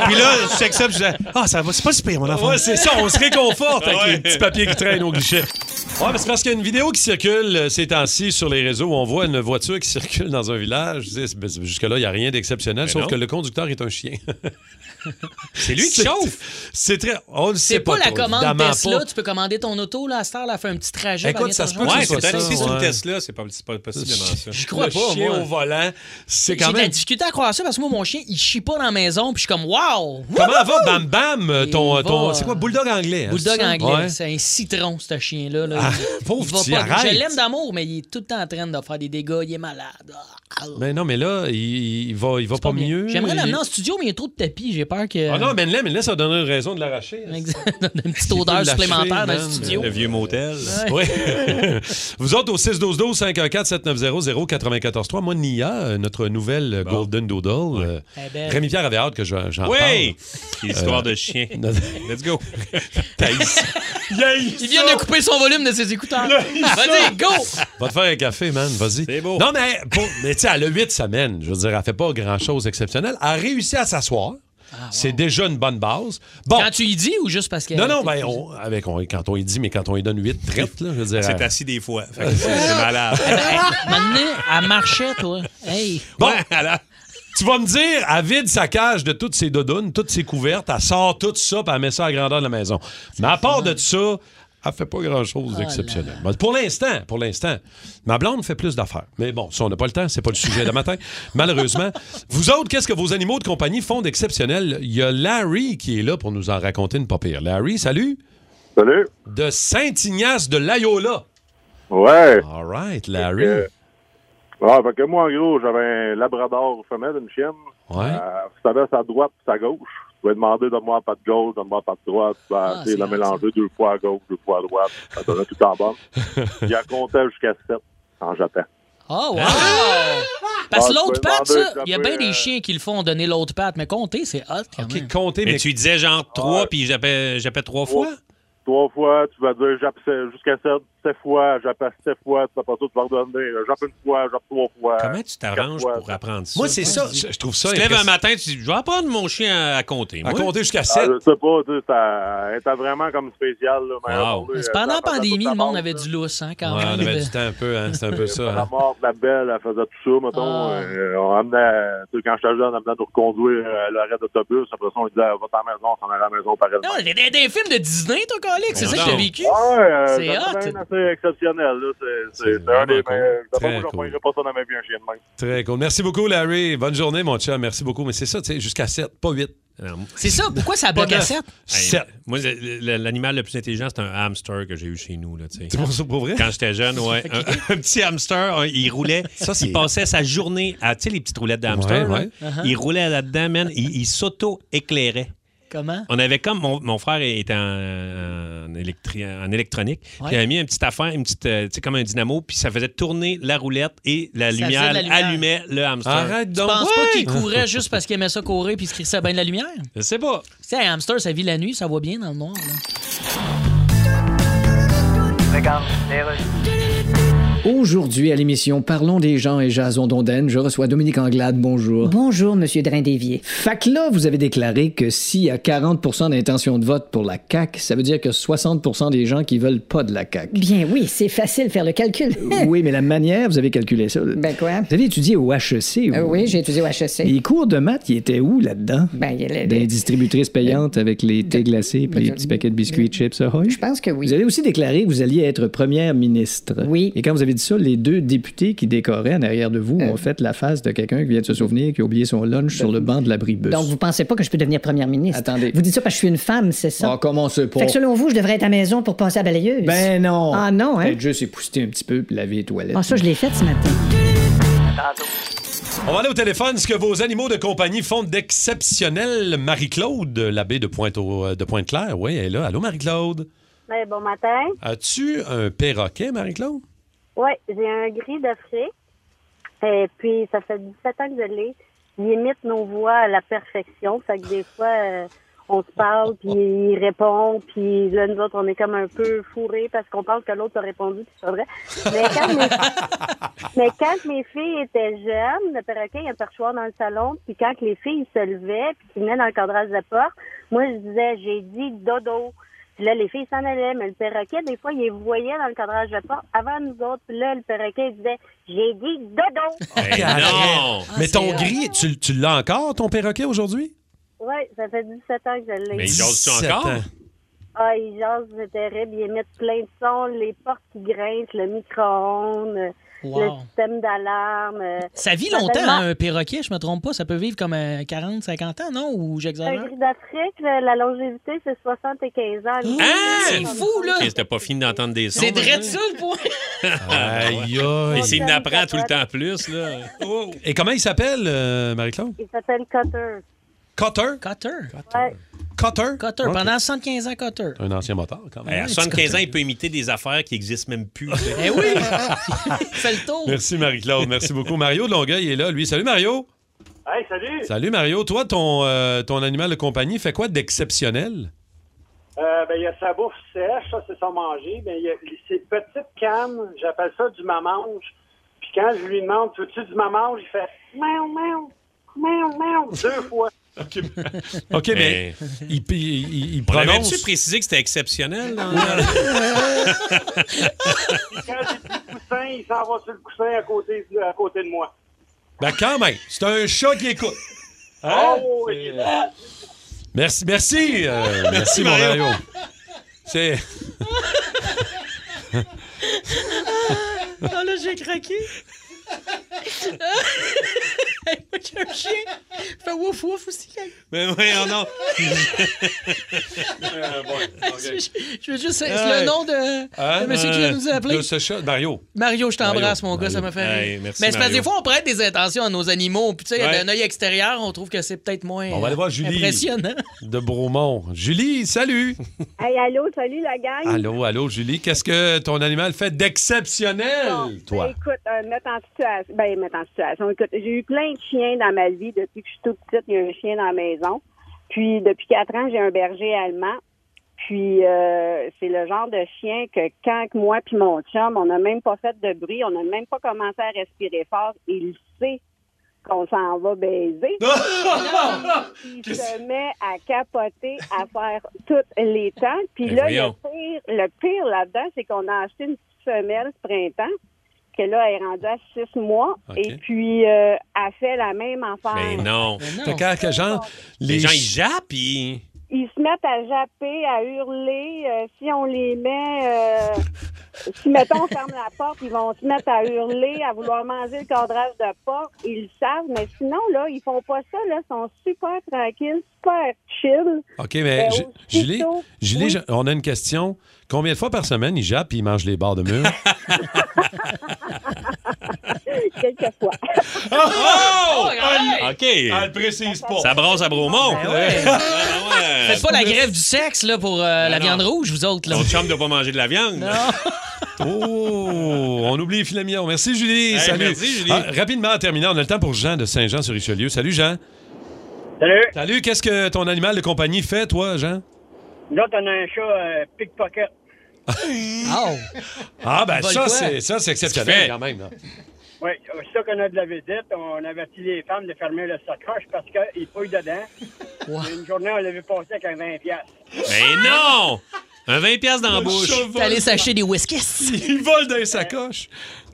[SPEAKER 5] Puis là, je check ça, puis je dis Ah, ça va, c'est pas super, mon enfant.
[SPEAKER 3] Ouais, c'est ça, on se réconforte avec
[SPEAKER 5] Ouais.
[SPEAKER 3] les petits papiers qui traînent au guichet. Ouais, mais c'est parce qu'il y a une vidéo qui circule euh, ces temps-ci sur les réseaux où on voit une voiture qui (laughs) circule dans un village. Je dis, ben, c'est- Jusque-là, il n'y a rien d'exceptionnel,
[SPEAKER 5] Mais
[SPEAKER 3] sauf
[SPEAKER 5] non.
[SPEAKER 3] que le conducteur est
[SPEAKER 5] (laughs)
[SPEAKER 3] un chien. c'est
[SPEAKER 5] lui qui
[SPEAKER 3] chauffe. C'est très. On le sait
[SPEAKER 4] C'est pas, la
[SPEAKER 3] toi,
[SPEAKER 4] commande
[SPEAKER 3] évidemment
[SPEAKER 4] Tesla.
[SPEAKER 3] pas.
[SPEAKER 4] Tu peux commander ton auto, là, à cette heure, là, fait un petit trajet.
[SPEAKER 3] Écoute,
[SPEAKER 4] venir
[SPEAKER 3] ça
[SPEAKER 4] te
[SPEAKER 3] se peut que
[SPEAKER 4] rejoindre.
[SPEAKER 3] ce soit ça,
[SPEAKER 5] Si c'est
[SPEAKER 3] ouais.
[SPEAKER 5] une Tesla, c'est pas, c'est pas possiblement ça.
[SPEAKER 4] Je crois
[SPEAKER 3] le
[SPEAKER 4] pas,
[SPEAKER 3] chien
[SPEAKER 4] moi.
[SPEAKER 3] au volant, c'est
[SPEAKER 4] J'ai
[SPEAKER 3] quand
[SPEAKER 4] de la
[SPEAKER 3] même.
[SPEAKER 4] difficulté à croire ça parce que moi, mon chien, il chie pas dans la maison. Puis je suis comme, wow!
[SPEAKER 3] Comment va Bam Bam, euh, ton.
[SPEAKER 4] Il
[SPEAKER 3] ton-
[SPEAKER 4] va,
[SPEAKER 3] c'est quoi, Bulldog anglais? hein, c'est
[SPEAKER 4] Bulldog
[SPEAKER 3] ça?
[SPEAKER 4] anglais,
[SPEAKER 3] Ouais.
[SPEAKER 4] c'est un citron, ce chien-là. Là.
[SPEAKER 3] Ah,
[SPEAKER 4] Il
[SPEAKER 3] pauvre
[SPEAKER 4] va
[SPEAKER 3] petit,
[SPEAKER 4] pas-
[SPEAKER 3] arrête.
[SPEAKER 4] Je l'aime d'amour, mais il est tout le temps en train de faire des dégâts. Il est malade.
[SPEAKER 3] Mais Ben non, mais là, il, il va, il va pas,
[SPEAKER 4] Bien.
[SPEAKER 3] mieux.
[SPEAKER 4] J'aimerais euh,
[SPEAKER 3] Il-
[SPEAKER 4] l'amener en studio, mais il y a trop de tapis. J'ai peur que.
[SPEAKER 3] Ah non, mais là, mais là, ça donnerait une raison de l'arracher.
[SPEAKER 4] Une petite odeur supplémentaire dans le studio.
[SPEAKER 5] Le vieux motel.
[SPEAKER 3] Oui.
[SPEAKER 4] (laughs)
[SPEAKER 3] (laughs) Vous autres, au 612-12-514-7900-943, moi, Nia, euh, notre nouvelle euh, Golden Doodle, euh,
[SPEAKER 4] Eh
[SPEAKER 5] Elle est
[SPEAKER 4] ben.
[SPEAKER 5] belle.
[SPEAKER 3] Rémi-Pierre avait hâte que je- j'en parle. Euh,
[SPEAKER 5] Oui! Histoire de chien.
[SPEAKER 3] (laughs)
[SPEAKER 5] Let's go.
[SPEAKER 4] Il vient de couper son volume de ses écouteurs.
[SPEAKER 3] ça.
[SPEAKER 4] Vas-y, go!
[SPEAKER 3] Va te faire un café, man, vas-y. C'est beau. Non, mais, pour- mais tu sais, elle a 8 semaines. Je veux dire, elle fait pas grand-chose d'exceptionnel. Elle a réussi à s'asseoir. C'est déjà une bonne base. Bon.
[SPEAKER 4] Ah, Quand tu y dis ou juste parce que.
[SPEAKER 3] Non, non, ben, on- avec, on- quand on y dit, mais quand on y donne 8 traites, là, je veux dire.
[SPEAKER 5] C'est
[SPEAKER 3] elle-
[SPEAKER 5] assis des fois. Fait
[SPEAKER 3] Euh,
[SPEAKER 5] que C'est
[SPEAKER 3] (laughs)
[SPEAKER 5] c'est
[SPEAKER 3] Ah.
[SPEAKER 5] malade.
[SPEAKER 4] Eh ben, Maintenant, elle marchait, toi. Hey!
[SPEAKER 3] (laughs) Bon, tu vas me dire, elle vide sa cage de toutes ses dodounes, toutes ses couvertes, elle sort tout ça, puis elle met ça à la grandeur de la maison. Mais à part de tout ça, elle fait pas grand-chose d'exceptionnel. Bon, Pour l'instant, pour l'instant, ma blonde fait plus d'affaires. Mais bon, ça, on n'a pas le temps, c'est pas le sujet de matin, malheureusement. Vous autres, qu'est-ce que vos animaux de compagnie font d'exceptionnel? Il y a Larry qui est là pour nous en raconter une pas pire. Larry, salut!
[SPEAKER 14] Salut!
[SPEAKER 3] De Saint-Ignace de l'Ayola.
[SPEAKER 14] Ouais.
[SPEAKER 3] All right, Larry.
[SPEAKER 14] Ah, fait que moi, en gros, j'avais un labrador femelle, une chienne.
[SPEAKER 3] Ouais.
[SPEAKER 14] Euh, tu savais sa droite et sa gauche. Tu pouvais demander de moi pas de gauche, de moi pas de droite. Ben, Tu
[SPEAKER 4] Ah,
[SPEAKER 14] vas essayer de la mélanger deux fois à gauche, deux fois à droite. Ça donnait tout en
[SPEAKER 5] (laughs)
[SPEAKER 14] bonne. Il a compté jusqu'à sept en jetant.
[SPEAKER 4] Oh, wow! Parce que
[SPEAKER 14] Ah,
[SPEAKER 4] l'autre
[SPEAKER 14] tu peux
[SPEAKER 4] patte,
[SPEAKER 14] demander euh,
[SPEAKER 4] ça, il y a
[SPEAKER 14] de
[SPEAKER 4] bien
[SPEAKER 14] taper,
[SPEAKER 4] des chiens qui le font donner l'autre patte, mais compter, c'est hot quand même.
[SPEAKER 5] mais, tu disais genre trois, puis j'appelle j'appelle trois fois?
[SPEAKER 14] euh, Trois fois, tu vas dire j'appe sept- jusqu'à sept, sept fois, j'appelle sept fois, tu fais pas ça, tu vas redonner. J'appe une fois, j'appe trois fois.
[SPEAKER 5] Comment tu t'arranges pour apprendre ça?
[SPEAKER 14] Moi, c'est ça, je- je trouve ça
[SPEAKER 5] Tu te lèves un
[SPEAKER 14] impressionnant.
[SPEAKER 5] matin, tu dis, je vais apprendre mon chien à, à compter. moi.
[SPEAKER 14] Ah, je sais pas, tu sais, ça- elle était vraiment comme spéciale. Là, mais euh,
[SPEAKER 5] Wow.
[SPEAKER 14] elle,
[SPEAKER 4] C'est
[SPEAKER 14] elle,
[SPEAKER 4] pendant la
[SPEAKER 14] elle faisait
[SPEAKER 4] pandémie,
[SPEAKER 14] tout
[SPEAKER 4] le monde avait du lousse, hein, quand
[SPEAKER 3] Ouais, on
[SPEAKER 14] euh,
[SPEAKER 4] même.
[SPEAKER 14] (laughs)
[SPEAKER 3] avait du temps un peu, hein, c'est un peu ça.
[SPEAKER 14] La
[SPEAKER 3] hein.
[SPEAKER 14] mort, la belle, elle faisait tout ça, mettons. Euh, on amenait, tu sais, quand j'étais jeune, on amenait nous reconduire à l'arrêt d'autobus. Après ça, on disait, va à la maison, on s'en allait à la maison par elle.
[SPEAKER 4] Non, j'ai des, des films de Disney, toi, Calix, c'est ça que t'as vécu?
[SPEAKER 14] Ouais,
[SPEAKER 4] Ah,
[SPEAKER 14] euh,
[SPEAKER 4] c'est hot!
[SPEAKER 14] c'est assez exceptionnel. là. C'est- C'est c'est un des meilleurs.
[SPEAKER 3] Très
[SPEAKER 14] D'après moi,
[SPEAKER 3] cool.
[SPEAKER 14] je n'ai pas ça dans ma vie, un chien de même.
[SPEAKER 3] Très cool. Merci beaucoup, Larry. Bonne journée, mon chum. Merci beaucoup. Mais c'est ça, tu sais, jusqu'à 7, pas 8.
[SPEAKER 4] C'est ça, pourquoi ça bloque à 7?
[SPEAKER 3] Sept.
[SPEAKER 5] Moi, le- le- l'animal le plus intelligent, c'est un hamster que j'ai eu chez nous. Là, tu sais.
[SPEAKER 3] C'est pour ça, pour vrai?
[SPEAKER 5] Quand j'étais jeune, ouais. un, un petit hamster, un- il roulait.
[SPEAKER 3] (laughs) Ça, c'est-
[SPEAKER 5] il passait sa journée à. Tu sais, les petites roulettes de hamster, là?
[SPEAKER 3] Ouais,
[SPEAKER 4] ouais. Uh-huh.
[SPEAKER 5] Il roulait là-dedans, man. Il, il s'auto-éclairait.
[SPEAKER 4] Comment?
[SPEAKER 5] On avait comme mon, mon frère était en, en électri- en électronique,
[SPEAKER 4] Ouais.
[SPEAKER 5] puis il avait mis une petite affaire, une petite, euh, tu sais comme un dynamo, puis ça faisait tourner la roulette et la,
[SPEAKER 4] Ça faisait
[SPEAKER 5] lumière,
[SPEAKER 4] de la lumière.
[SPEAKER 5] allumait le hamster.
[SPEAKER 3] Arrête
[SPEAKER 4] Je
[SPEAKER 3] donc.
[SPEAKER 4] pense pas
[SPEAKER 5] Ouais.
[SPEAKER 4] qu'il courait juste parce qu'il aimait ça courir puis il se crissait bien de la lumière.
[SPEAKER 5] Je sais pas.
[SPEAKER 4] Tu sais, un hamster, ça vit la nuit, ça voit bien dans le noir. là.
[SPEAKER 10] Aujourd'hui, à l'émission Parlons des gens et Jason Donden, je reçois Dominique Anglade. Bonjour. Bonjour, Monsieur Drain-Dévier. Fait que là, vous avez déclaré que s'il y a 40 d'intention de vote pour la CAQ, ça veut dire que 60 des gens qui veulent pas de la CAQ.
[SPEAKER 18] Bien oui, c'est facile de faire le calcul.
[SPEAKER 10] oui, mais la manière, vous avez calculé ça. là.
[SPEAKER 18] Eh. Ben quoi?
[SPEAKER 10] Vous avez étudié au HEC.
[SPEAKER 18] Euh,
[SPEAKER 10] vous.
[SPEAKER 18] oui, j'ai étudié au HEC.
[SPEAKER 10] Les cours de maths, ils étaient où là-dedans?
[SPEAKER 18] Ben, il y a les-
[SPEAKER 10] Des distributrices payantes avec les thés glacés puis les petits paquets de biscuits chips Ahoy? Je
[SPEAKER 18] pense que oui.
[SPEAKER 10] Vous avez aussi déclaré que vous alliez être première ministre. Oui. Et quand vous avez dit ça, les deux députés qui décoraient en arrière de
[SPEAKER 18] Euh.
[SPEAKER 10] vous ont fait la face de quelqu'un qui vient de se souvenir qui a oublié son lunch sur le banc de l'abribus.
[SPEAKER 18] Ben, Donc, vous pensez pas que je peux devenir première ministre?
[SPEAKER 10] Attendez.
[SPEAKER 18] Vous dites ça parce que je suis une femme, c'est ça?
[SPEAKER 10] Ah, comment c'est pas?
[SPEAKER 18] Fait que selon vous, je devrais être à la maison pour passer à la balayeuse?
[SPEAKER 10] Ben non.
[SPEAKER 18] Ah non, hein?
[SPEAKER 10] Peut-être juste épousseter un petit peu puis laver les toilettes.
[SPEAKER 18] Ah, ça, je l'ai fait ce matin.
[SPEAKER 3] On va aller au téléphone. Ce que vos animaux de compagnie font d'exceptionnel. Marie-Claude, l'abbé de Pointe- au- euh, de Pointe-Claire. Oui, elle est là. Allô, Marie-Claude.
[SPEAKER 9] Ben, bon matin.
[SPEAKER 3] As-tu un perroquet, Marie-Claude?
[SPEAKER 9] Oui, j'ai un gris d'Afrique. Et puis, ça fait 17 ans que je l'ai. Il imite nos voix à la perfection. Fait que des fois, euh, on se parle, puis il répond. Puis là, nous autres, on est comme un peu fourrés parce qu'on pense que l'autre a répondu, puis c'est pas vrai. Mais quand, mes... Mais quand mes filles étaient jeunes, le perroquet, il y a un perchoir dans le salon. Puis quand les filles se levaient, puis qu'ils venaient dans le cadrage de la porte, moi, je disais, j'ai dit dodo. Puis là, les filles s'en allaient, mais le perroquet, des fois, il les voyait dans le cadrage de porte avant nous autres. Puis là, le perroquet, il disait J'ai dit dodo.
[SPEAKER 3] (laughs)
[SPEAKER 5] non!
[SPEAKER 3] Mais
[SPEAKER 9] Ah,
[SPEAKER 3] ton
[SPEAKER 9] c'est
[SPEAKER 3] gris, tu, tu l'as encore, ton perroquet, aujourd'hui?
[SPEAKER 9] Ouais, ça fait 17 ans que je l'ai.
[SPEAKER 3] Mais il jase-tu 17 encore? ans.
[SPEAKER 9] Ah, il jase, c'est terrible. Il émet plein de sons, les portes qui grincent, le micro-ondes, euh,
[SPEAKER 4] Wow.
[SPEAKER 9] le système d'alarme. euh,
[SPEAKER 4] Ça vit
[SPEAKER 9] a
[SPEAKER 4] longtemps,
[SPEAKER 9] tellement-
[SPEAKER 4] hein, un perroquet, je me trompe pas. Ça peut vivre comme euh, 40, 50 ans, non? Ou
[SPEAKER 9] Un
[SPEAKER 4] j'exagère?
[SPEAKER 9] gris d'Afrique, le- la longévité, c'est 75 ans.
[SPEAKER 5] Hein?
[SPEAKER 4] Ah, fou, là!
[SPEAKER 5] Ok, C'était pas fini d'entendre des sons.
[SPEAKER 4] C'est
[SPEAKER 5] là.
[SPEAKER 4] drette
[SPEAKER 5] (laughs)
[SPEAKER 4] ça, le point!
[SPEAKER 3] Aïe, aïe.
[SPEAKER 5] Et s'il n'apprend tout le temps plus, là. Oh.
[SPEAKER 3] Et comment il s'appelle, euh, Marie-Claude?
[SPEAKER 9] (laughs) Il s'appelle Cutter.
[SPEAKER 3] Cotter?
[SPEAKER 4] Cotter.
[SPEAKER 9] Ouais.
[SPEAKER 3] Cotter?
[SPEAKER 4] Cotter.
[SPEAKER 3] Ok.
[SPEAKER 4] Pendant 75 ans, Cotter.
[SPEAKER 3] Un ancien moteur, quand même.
[SPEAKER 5] Eh, à 75 ans, il peut imiter des affaires qui n'existent même plus.
[SPEAKER 4] Eh oui! Fais le
[SPEAKER 3] (laughs)
[SPEAKER 4] tour!
[SPEAKER 3] Merci, Marie-Claude. Merci beaucoup. Mario de Longueuil est là, lui. Salut, Mario.
[SPEAKER 19] Hey, salut!
[SPEAKER 3] Salut, Mario. Toi, ton, euh, ton animal de compagnie fait quoi d'exceptionnel?
[SPEAKER 19] Euh, ben, il y a sa bouffe sèche, ça, c'est son manger. Ben, il y a ses petites cannes, j'appelle ça du mamange. Puis quand je lui demande, veux-tu du mamange, il fait miaou, miaou, miaou, miaou, deux fois.
[SPEAKER 3] OK,
[SPEAKER 4] ben,
[SPEAKER 3] mais il, il, il- il
[SPEAKER 5] On
[SPEAKER 3] prononce...
[SPEAKER 5] avait-tu précisé que c'était exceptionnel? là?
[SPEAKER 19] Puis quand j'ai dit coussin, il s'en va sur le coussin à côté, à côté de moi.
[SPEAKER 3] Ben, quand même, c'est un chat qui écoute. Hein?
[SPEAKER 19] Oh, il est là.
[SPEAKER 3] Merci, merci.
[SPEAKER 4] (laughs)
[SPEAKER 3] euh, merci,
[SPEAKER 5] Merci,
[SPEAKER 3] mon
[SPEAKER 5] Mario.
[SPEAKER 3] Mario. C'est...
[SPEAKER 4] Ah là, j'ai Oh, craqué! Moi, j'ai un chien. Il fait wouf wouf aussi. quand il-
[SPEAKER 5] (laughs) Mais oui, oh non.
[SPEAKER 4] (laughs) Je je veux juste. C'est
[SPEAKER 3] Ouais.
[SPEAKER 4] le nom de,
[SPEAKER 3] Hein?
[SPEAKER 4] de monsieur qui vient
[SPEAKER 3] Euh,
[SPEAKER 4] nous appeler.
[SPEAKER 3] de ce chat, Mario.
[SPEAKER 4] Mario, je t'embrasse,
[SPEAKER 3] Mario.
[SPEAKER 4] mon gars, ça m'a
[SPEAKER 3] Mario.
[SPEAKER 4] fait rire.
[SPEAKER 3] Hey, merci,
[SPEAKER 4] Mais c'est parce que
[SPEAKER 3] Mario.
[SPEAKER 4] des fois, on prête des intentions à nos animaux. Puis, tu sais,
[SPEAKER 3] Ouais.
[SPEAKER 4] d'un œil extérieur, on trouve que c'est peut-être moins
[SPEAKER 3] On va aller voir Julie.
[SPEAKER 4] impressionnant.
[SPEAKER 3] De Bromont.
[SPEAKER 4] (laughs)
[SPEAKER 3] Julie, salut!
[SPEAKER 20] Hey, allô, salut la gang.
[SPEAKER 3] allô, allô, Julie. Qu'est-ce que ton animal fait d'exceptionnel, toi?
[SPEAKER 20] Ben, écoute, euh, mettre en situation. Ben, mettre en situation. Écoute, j'ai eu plein de chiens dans ma vie depuis que je suis toute petite. Il y a un chien dans la maison. Puis, depuis quatre ans, j'ai un berger allemand. Puis, euh, c'est le genre de chien que quand que moi puis mon chum, on n'a même pas fait de bruit, on n'a même pas commencé à respirer fort, il sait qu'on s'en va baiser.
[SPEAKER 4] Oh!
[SPEAKER 20] il se met à capoter, à faire toutes les temps. Puis
[SPEAKER 21] Ben
[SPEAKER 20] là,
[SPEAKER 21] voyons.
[SPEAKER 20] le pire, le pire là-dedans, c'est qu'on a acheté une petite femelle ce printemps, que là, elle est rendue à six mois.
[SPEAKER 3] OK. Ben
[SPEAKER 20] Et puis, euh, elle fait la même affaire.
[SPEAKER 5] Mais non.
[SPEAKER 3] Fait que, que genre,
[SPEAKER 5] les, gens, ils jappent, ils...
[SPEAKER 20] Ils se mettent à japper, à hurler. euh, si on les met... euh, si, mettons, on ferme la porte, ils vont se mettre à hurler, à vouloir manger le cadrage de porte. Ils le savent, mais sinon, là, ils font pas ça. Là, ils sont super tranquilles, super chill.
[SPEAKER 3] OK, mais
[SPEAKER 20] Euh,
[SPEAKER 3] Ju-
[SPEAKER 20] aussitôt-
[SPEAKER 3] Julie, Julie
[SPEAKER 20] Oui.
[SPEAKER 3] je- on a une question. Combien de fois par semaine il jappe et il mange les barres
[SPEAKER 5] (laughs)
[SPEAKER 3] de mur?
[SPEAKER 20] Quelquefois.
[SPEAKER 5] Oh! OK.
[SPEAKER 3] Elle précise pas.
[SPEAKER 5] Ça brasse à Bromont.
[SPEAKER 3] Ah, ben
[SPEAKER 5] (laughs)
[SPEAKER 4] Faites pas la grève du sexe là, pour euh, la viande rouge, vous autres. Là.
[SPEAKER 5] Ton chum doit pas manger de la viande.
[SPEAKER 3] oh, on oublie les filets mignons. Merci, Julie.
[SPEAKER 5] Hey,
[SPEAKER 3] Salut.
[SPEAKER 5] merci, Julie.
[SPEAKER 3] Ah, rapidement, en terminant, on a le temps pour Jean de Saint-Jean-sur-Richelieu. Salut, Jean.
[SPEAKER 22] Salut.
[SPEAKER 3] Salut. Qu'est-ce que ton animal de compagnie fait, toi, Jean?
[SPEAKER 22] Nous autres, on a un chat euh, pickpocket.
[SPEAKER 3] Ah, ben
[SPEAKER 22] Il vole
[SPEAKER 3] ça,
[SPEAKER 22] quoi?
[SPEAKER 3] c'est ça, c'est
[SPEAKER 5] Qu'est-ce
[SPEAKER 3] exceptionnel
[SPEAKER 5] qu'il
[SPEAKER 3] quand même. (laughs) là.
[SPEAKER 22] Oui, c'est ça qu'on a de la visite. On avertit les femmes de fermer le sacoche parce qu'ils fouillent dedans. Une journée, on l'avait passé avec un 20$. piastres.
[SPEAKER 5] (laughs) Mais non! Un 20$ piastres dans la bouche.
[SPEAKER 4] T'es allé s'acheter des whiskies.
[SPEAKER 3] (laughs)
[SPEAKER 5] (laughs)
[SPEAKER 3] Il vole dans les sacoches.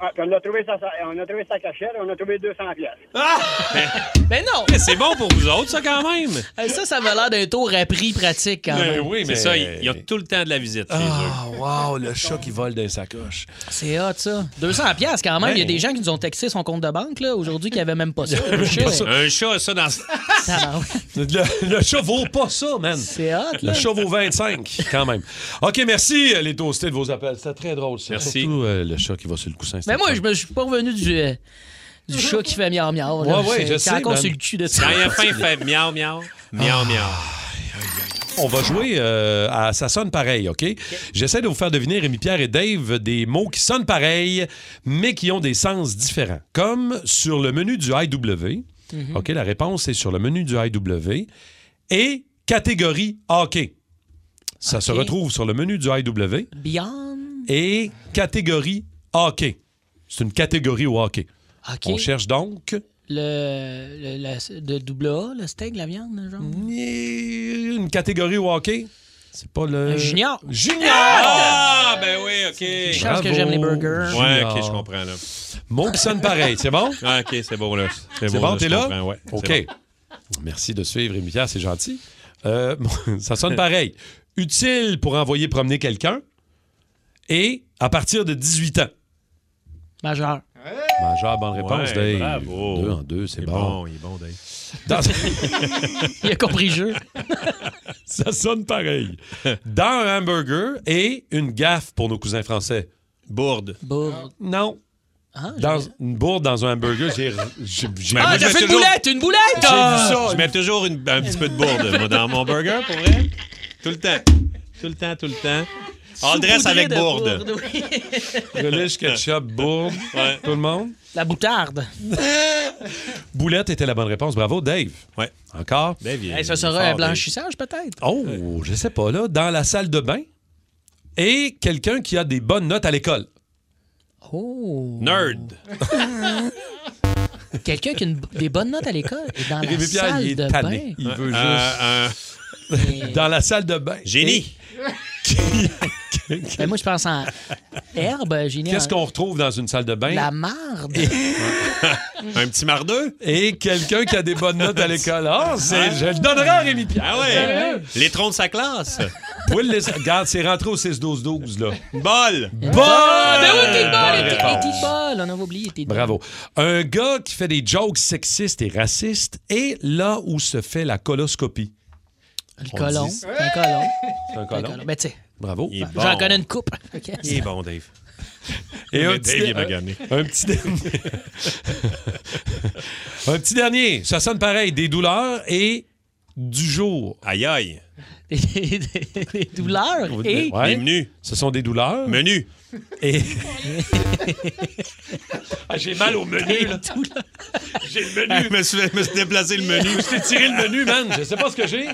[SPEAKER 22] Ah, puis on, a trouvé sa, on a trouvé sa cachette, on a trouvé 200$. piastres.
[SPEAKER 3] Ah!
[SPEAKER 4] Mais Ben non!
[SPEAKER 5] Mais c'est bon pour vous autres, ça, quand même.
[SPEAKER 4] Euh, Ça, ça m'a l'air d'un tour à prix pratique quand même.
[SPEAKER 5] C'est ça, il y a tout le temps de la visite chez
[SPEAKER 3] Ben Ah, wow, le chat qui vole dans les sacoches.
[SPEAKER 4] C'est hot, ça. 200 pièces quand même. Il y a
[SPEAKER 5] Hey.
[SPEAKER 4] des gens qui nous ont texté son compte de banque là, aujourd'hui qui n'avaient même pas ça.
[SPEAKER 5] eux. Un chat, ça, dans...
[SPEAKER 3] (laughs) Le, le chat vaut pas ça, man.
[SPEAKER 4] C'est hot,
[SPEAKER 3] Le
[SPEAKER 4] là.
[SPEAKER 3] chat vaut 25, quand même. OK, merci, euh, les toastés, de vos appels. C'était très drôle, ça.
[SPEAKER 4] Merci.
[SPEAKER 3] Surtout euh, le chat qui va sur le coussin.
[SPEAKER 4] Mais moi, je me je suis pas revenu du, euh, du chat qui fait miam miam.
[SPEAKER 3] Ouais, ouais, je sais,
[SPEAKER 4] encore
[SPEAKER 3] man.
[SPEAKER 4] sur le cul de ça.
[SPEAKER 5] Quand il a faim, il fait miaou, miaou. Miaou, miaou.
[SPEAKER 3] Ah. On va jouer euh, à Ça sonne pareil, OK? J'essaie de vous faire deviner, Rémi Pierre et Dave, des mots qui sonnent pareil, mais qui ont des sens différents. Comme sur le menu du IW.
[SPEAKER 23] Mhm.
[SPEAKER 3] OK, la réponse est sur le menu du IW. Et catégorie hockey. Ça se retrouve sur le menu du IW.
[SPEAKER 4] Beyond.
[SPEAKER 3] Et catégorie hockey. C'est une catégorie au hockey.
[SPEAKER 4] OK.
[SPEAKER 3] On cherche donc
[SPEAKER 4] Le, le- la- de double A, le steak, la viande, genre.
[SPEAKER 3] une catégorie au hockey. C'est pas le.
[SPEAKER 4] Un Euh, junior.
[SPEAKER 3] Euh, Junior!
[SPEAKER 5] Ah, ben oui, OK.
[SPEAKER 3] une
[SPEAKER 5] Je
[SPEAKER 3] chance que j'aime les burgers.
[SPEAKER 5] Ouais,
[SPEAKER 3] Junior.
[SPEAKER 5] OK, je comprends, là.
[SPEAKER 3] Mot qui sonne pareil, c'est bon?
[SPEAKER 5] Ah, OK, c'est bon, là.
[SPEAKER 3] C'est bon, t'es
[SPEAKER 5] je
[SPEAKER 3] là?
[SPEAKER 5] comprends, ouais, c'est
[SPEAKER 3] OK.
[SPEAKER 5] bon.
[SPEAKER 3] Merci de suivre, Rémi Pierre, c'est gentil. Euh, (laughs) ça sonne pareil. Utile pour envoyer promener quelqu'un et à partir de 18 ans.
[SPEAKER 4] Majeur.
[SPEAKER 3] Majeur, bonne réponse,
[SPEAKER 5] Ouais,
[SPEAKER 3] Dave.
[SPEAKER 5] bravo.
[SPEAKER 3] Deux en deux, c'est
[SPEAKER 5] Il est
[SPEAKER 3] bon.
[SPEAKER 5] bon, il est bon, Dave. (laughs)
[SPEAKER 3] Dans-
[SPEAKER 4] Il a compris le jeu.
[SPEAKER 3] (laughs) ça sonne pareil. Dans un hamburger et une gaffe pour nos cousins français.
[SPEAKER 5] Bourde.
[SPEAKER 4] Bourde.
[SPEAKER 3] Non.
[SPEAKER 4] Hein,
[SPEAKER 3] Dans, une bourde dans un hamburger, j'ai...
[SPEAKER 4] Ah,
[SPEAKER 3] j'ai- j'ai-
[SPEAKER 5] Mais moi, je mets toujours-
[SPEAKER 3] J'ai vu ça.
[SPEAKER 5] Je mets toujours une- un petit peu de bourde, moi, dans mon burger, pour vrai. Tout le temps. Tout le temps, tout le temps. On le dresse avec
[SPEAKER 4] Saupoudré de
[SPEAKER 5] bourde.
[SPEAKER 4] oui.
[SPEAKER 3] Relish, ketchup, bourde. Tout le monde.
[SPEAKER 4] La boutarde.
[SPEAKER 3] Boulette était la bonne réponse. Bravo, Dave.
[SPEAKER 5] Ouais.
[SPEAKER 3] Encore.
[SPEAKER 4] Hey, ça sera un blanchissage, (laughs) peut-être.
[SPEAKER 3] Oh, je sais pas, là. Dans la salle de bain et quelqu'un qui a des bonnes notes à l'école.
[SPEAKER 4] Oh.
[SPEAKER 5] Nerd.
[SPEAKER 4] Quelqu'un qui a une- des bonnes notes à l'école et dans la
[SPEAKER 3] Rémi Pierre,
[SPEAKER 4] salle
[SPEAKER 3] il est
[SPEAKER 4] de bain.
[SPEAKER 3] tanné. Il veut
[SPEAKER 5] Euh,
[SPEAKER 3] juste.
[SPEAKER 4] (laughs)
[SPEAKER 3] Dans la salle de bain.
[SPEAKER 5] Génie.
[SPEAKER 4] Ben, moi, je pense en herbe, génial.
[SPEAKER 3] Qu'est-ce qu'on ben? retrouve dans une salle de bain?
[SPEAKER 4] La marde.
[SPEAKER 5] (laughs) un petit mardeux.
[SPEAKER 3] Et quelqu'un qui a des bonnes notes à l'école. Ah, c'est- je le donnerai à Rémi Pierre.
[SPEAKER 5] Ah ouais. Les troncs de sa classe.
[SPEAKER 3] Will les... Regarde, c'est rentré au 6-12-12, là. Bol! Bol!
[SPEAKER 4] Ah, ben oui,
[SPEAKER 3] Euh,
[SPEAKER 4] t'es bol, t'es- hey,
[SPEAKER 3] réponse.
[SPEAKER 4] t'es bol, on avait oublié, t'es bol.
[SPEAKER 3] Bravo. Un gars qui fait des jokes sexistes et racistes est là où se fait la coloscopie.
[SPEAKER 4] Le
[SPEAKER 3] On
[SPEAKER 4] colon,
[SPEAKER 3] dit-
[SPEAKER 4] c'est un colon.
[SPEAKER 3] C'est un colon.
[SPEAKER 4] Ben, tu sais,
[SPEAKER 3] Bravo.
[SPEAKER 4] j'en connais une coupe. (laughs) Ok.
[SPEAKER 5] Il est bon, Dave.
[SPEAKER 3] Et
[SPEAKER 5] Mais
[SPEAKER 3] un, petit
[SPEAKER 5] Dave, il est
[SPEAKER 3] un-
[SPEAKER 5] magané.
[SPEAKER 3] un petit dernier. (laughs) un petit dernier. Ça sonne pareil. Des douleurs et du jour. Aïe aïe.
[SPEAKER 4] (laughs) Des, douleurs et...
[SPEAKER 3] Des menus. Ce sont des douleurs. Menus.
[SPEAKER 4] (laughs)
[SPEAKER 3] Et... (laughs) Ah, J'ai mal au menu, là. J'ai le menu.
[SPEAKER 5] Ah, Je me suis, je me suis déplacé le menu.
[SPEAKER 3] Je t'ai tiré le menu, man. Je sais pas ce que j'ai.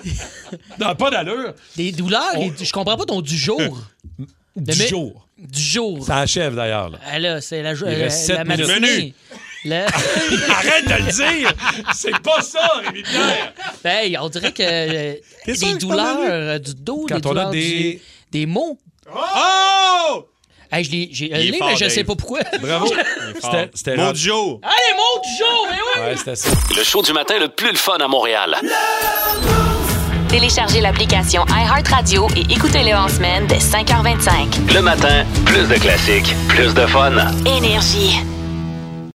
[SPEAKER 3] Non, pas d'allure.
[SPEAKER 4] Des douleurs et... du- Je comprends pas ton du jour.
[SPEAKER 3] Du jour.
[SPEAKER 4] Du jour.
[SPEAKER 3] Ça achève, d'ailleurs. là.
[SPEAKER 4] Ah là, c'est la, jo-
[SPEAKER 3] Il
[SPEAKER 4] la,
[SPEAKER 3] reste
[SPEAKER 4] la
[SPEAKER 3] sept minutes.
[SPEAKER 4] matinée.
[SPEAKER 3] Menu.
[SPEAKER 4] Le-
[SPEAKER 3] (laughs) Arrête de le dire! C'est pas ça, Rémi Pierre!
[SPEAKER 4] Hey, on dirait que euh,
[SPEAKER 3] T'es sûr
[SPEAKER 4] des
[SPEAKER 3] que c'est pas
[SPEAKER 4] douleurs
[SPEAKER 3] menu?
[SPEAKER 4] euh, du dos,
[SPEAKER 3] Quand
[SPEAKER 4] des
[SPEAKER 3] on a
[SPEAKER 4] douleurs
[SPEAKER 3] des-
[SPEAKER 4] du- des mots.
[SPEAKER 5] Oh!
[SPEAKER 4] Hey, je l'ai- j'ai un
[SPEAKER 3] Il est
[SPEAKER 4] nez,
[SPEAKER 3] fort,
[SPEAKER 4] mais je
[SPEAKER 3] Dave.
[SPEAKER 4] sais pas pourquoi. (laughs)
[SPEAKER 3] Bravo. C'était- C'était Mon
[SPEAKER 5] Joe.
[SPEAKER 4] Ah, les mots du jour, mais oui!
[SPEAKER 3] Ouais, c'était ça.
[SPEAKER 2] Le show du matin le plus le fun à Montréal.
[SPEAKER 1] Téléchargez l'application iHeartRadio et écoutez-le en semaine dès 5h25.
[SPEAKER 2] Le matin, plus de classiques, plus de fun.
[SPEAKER 1] Énergie.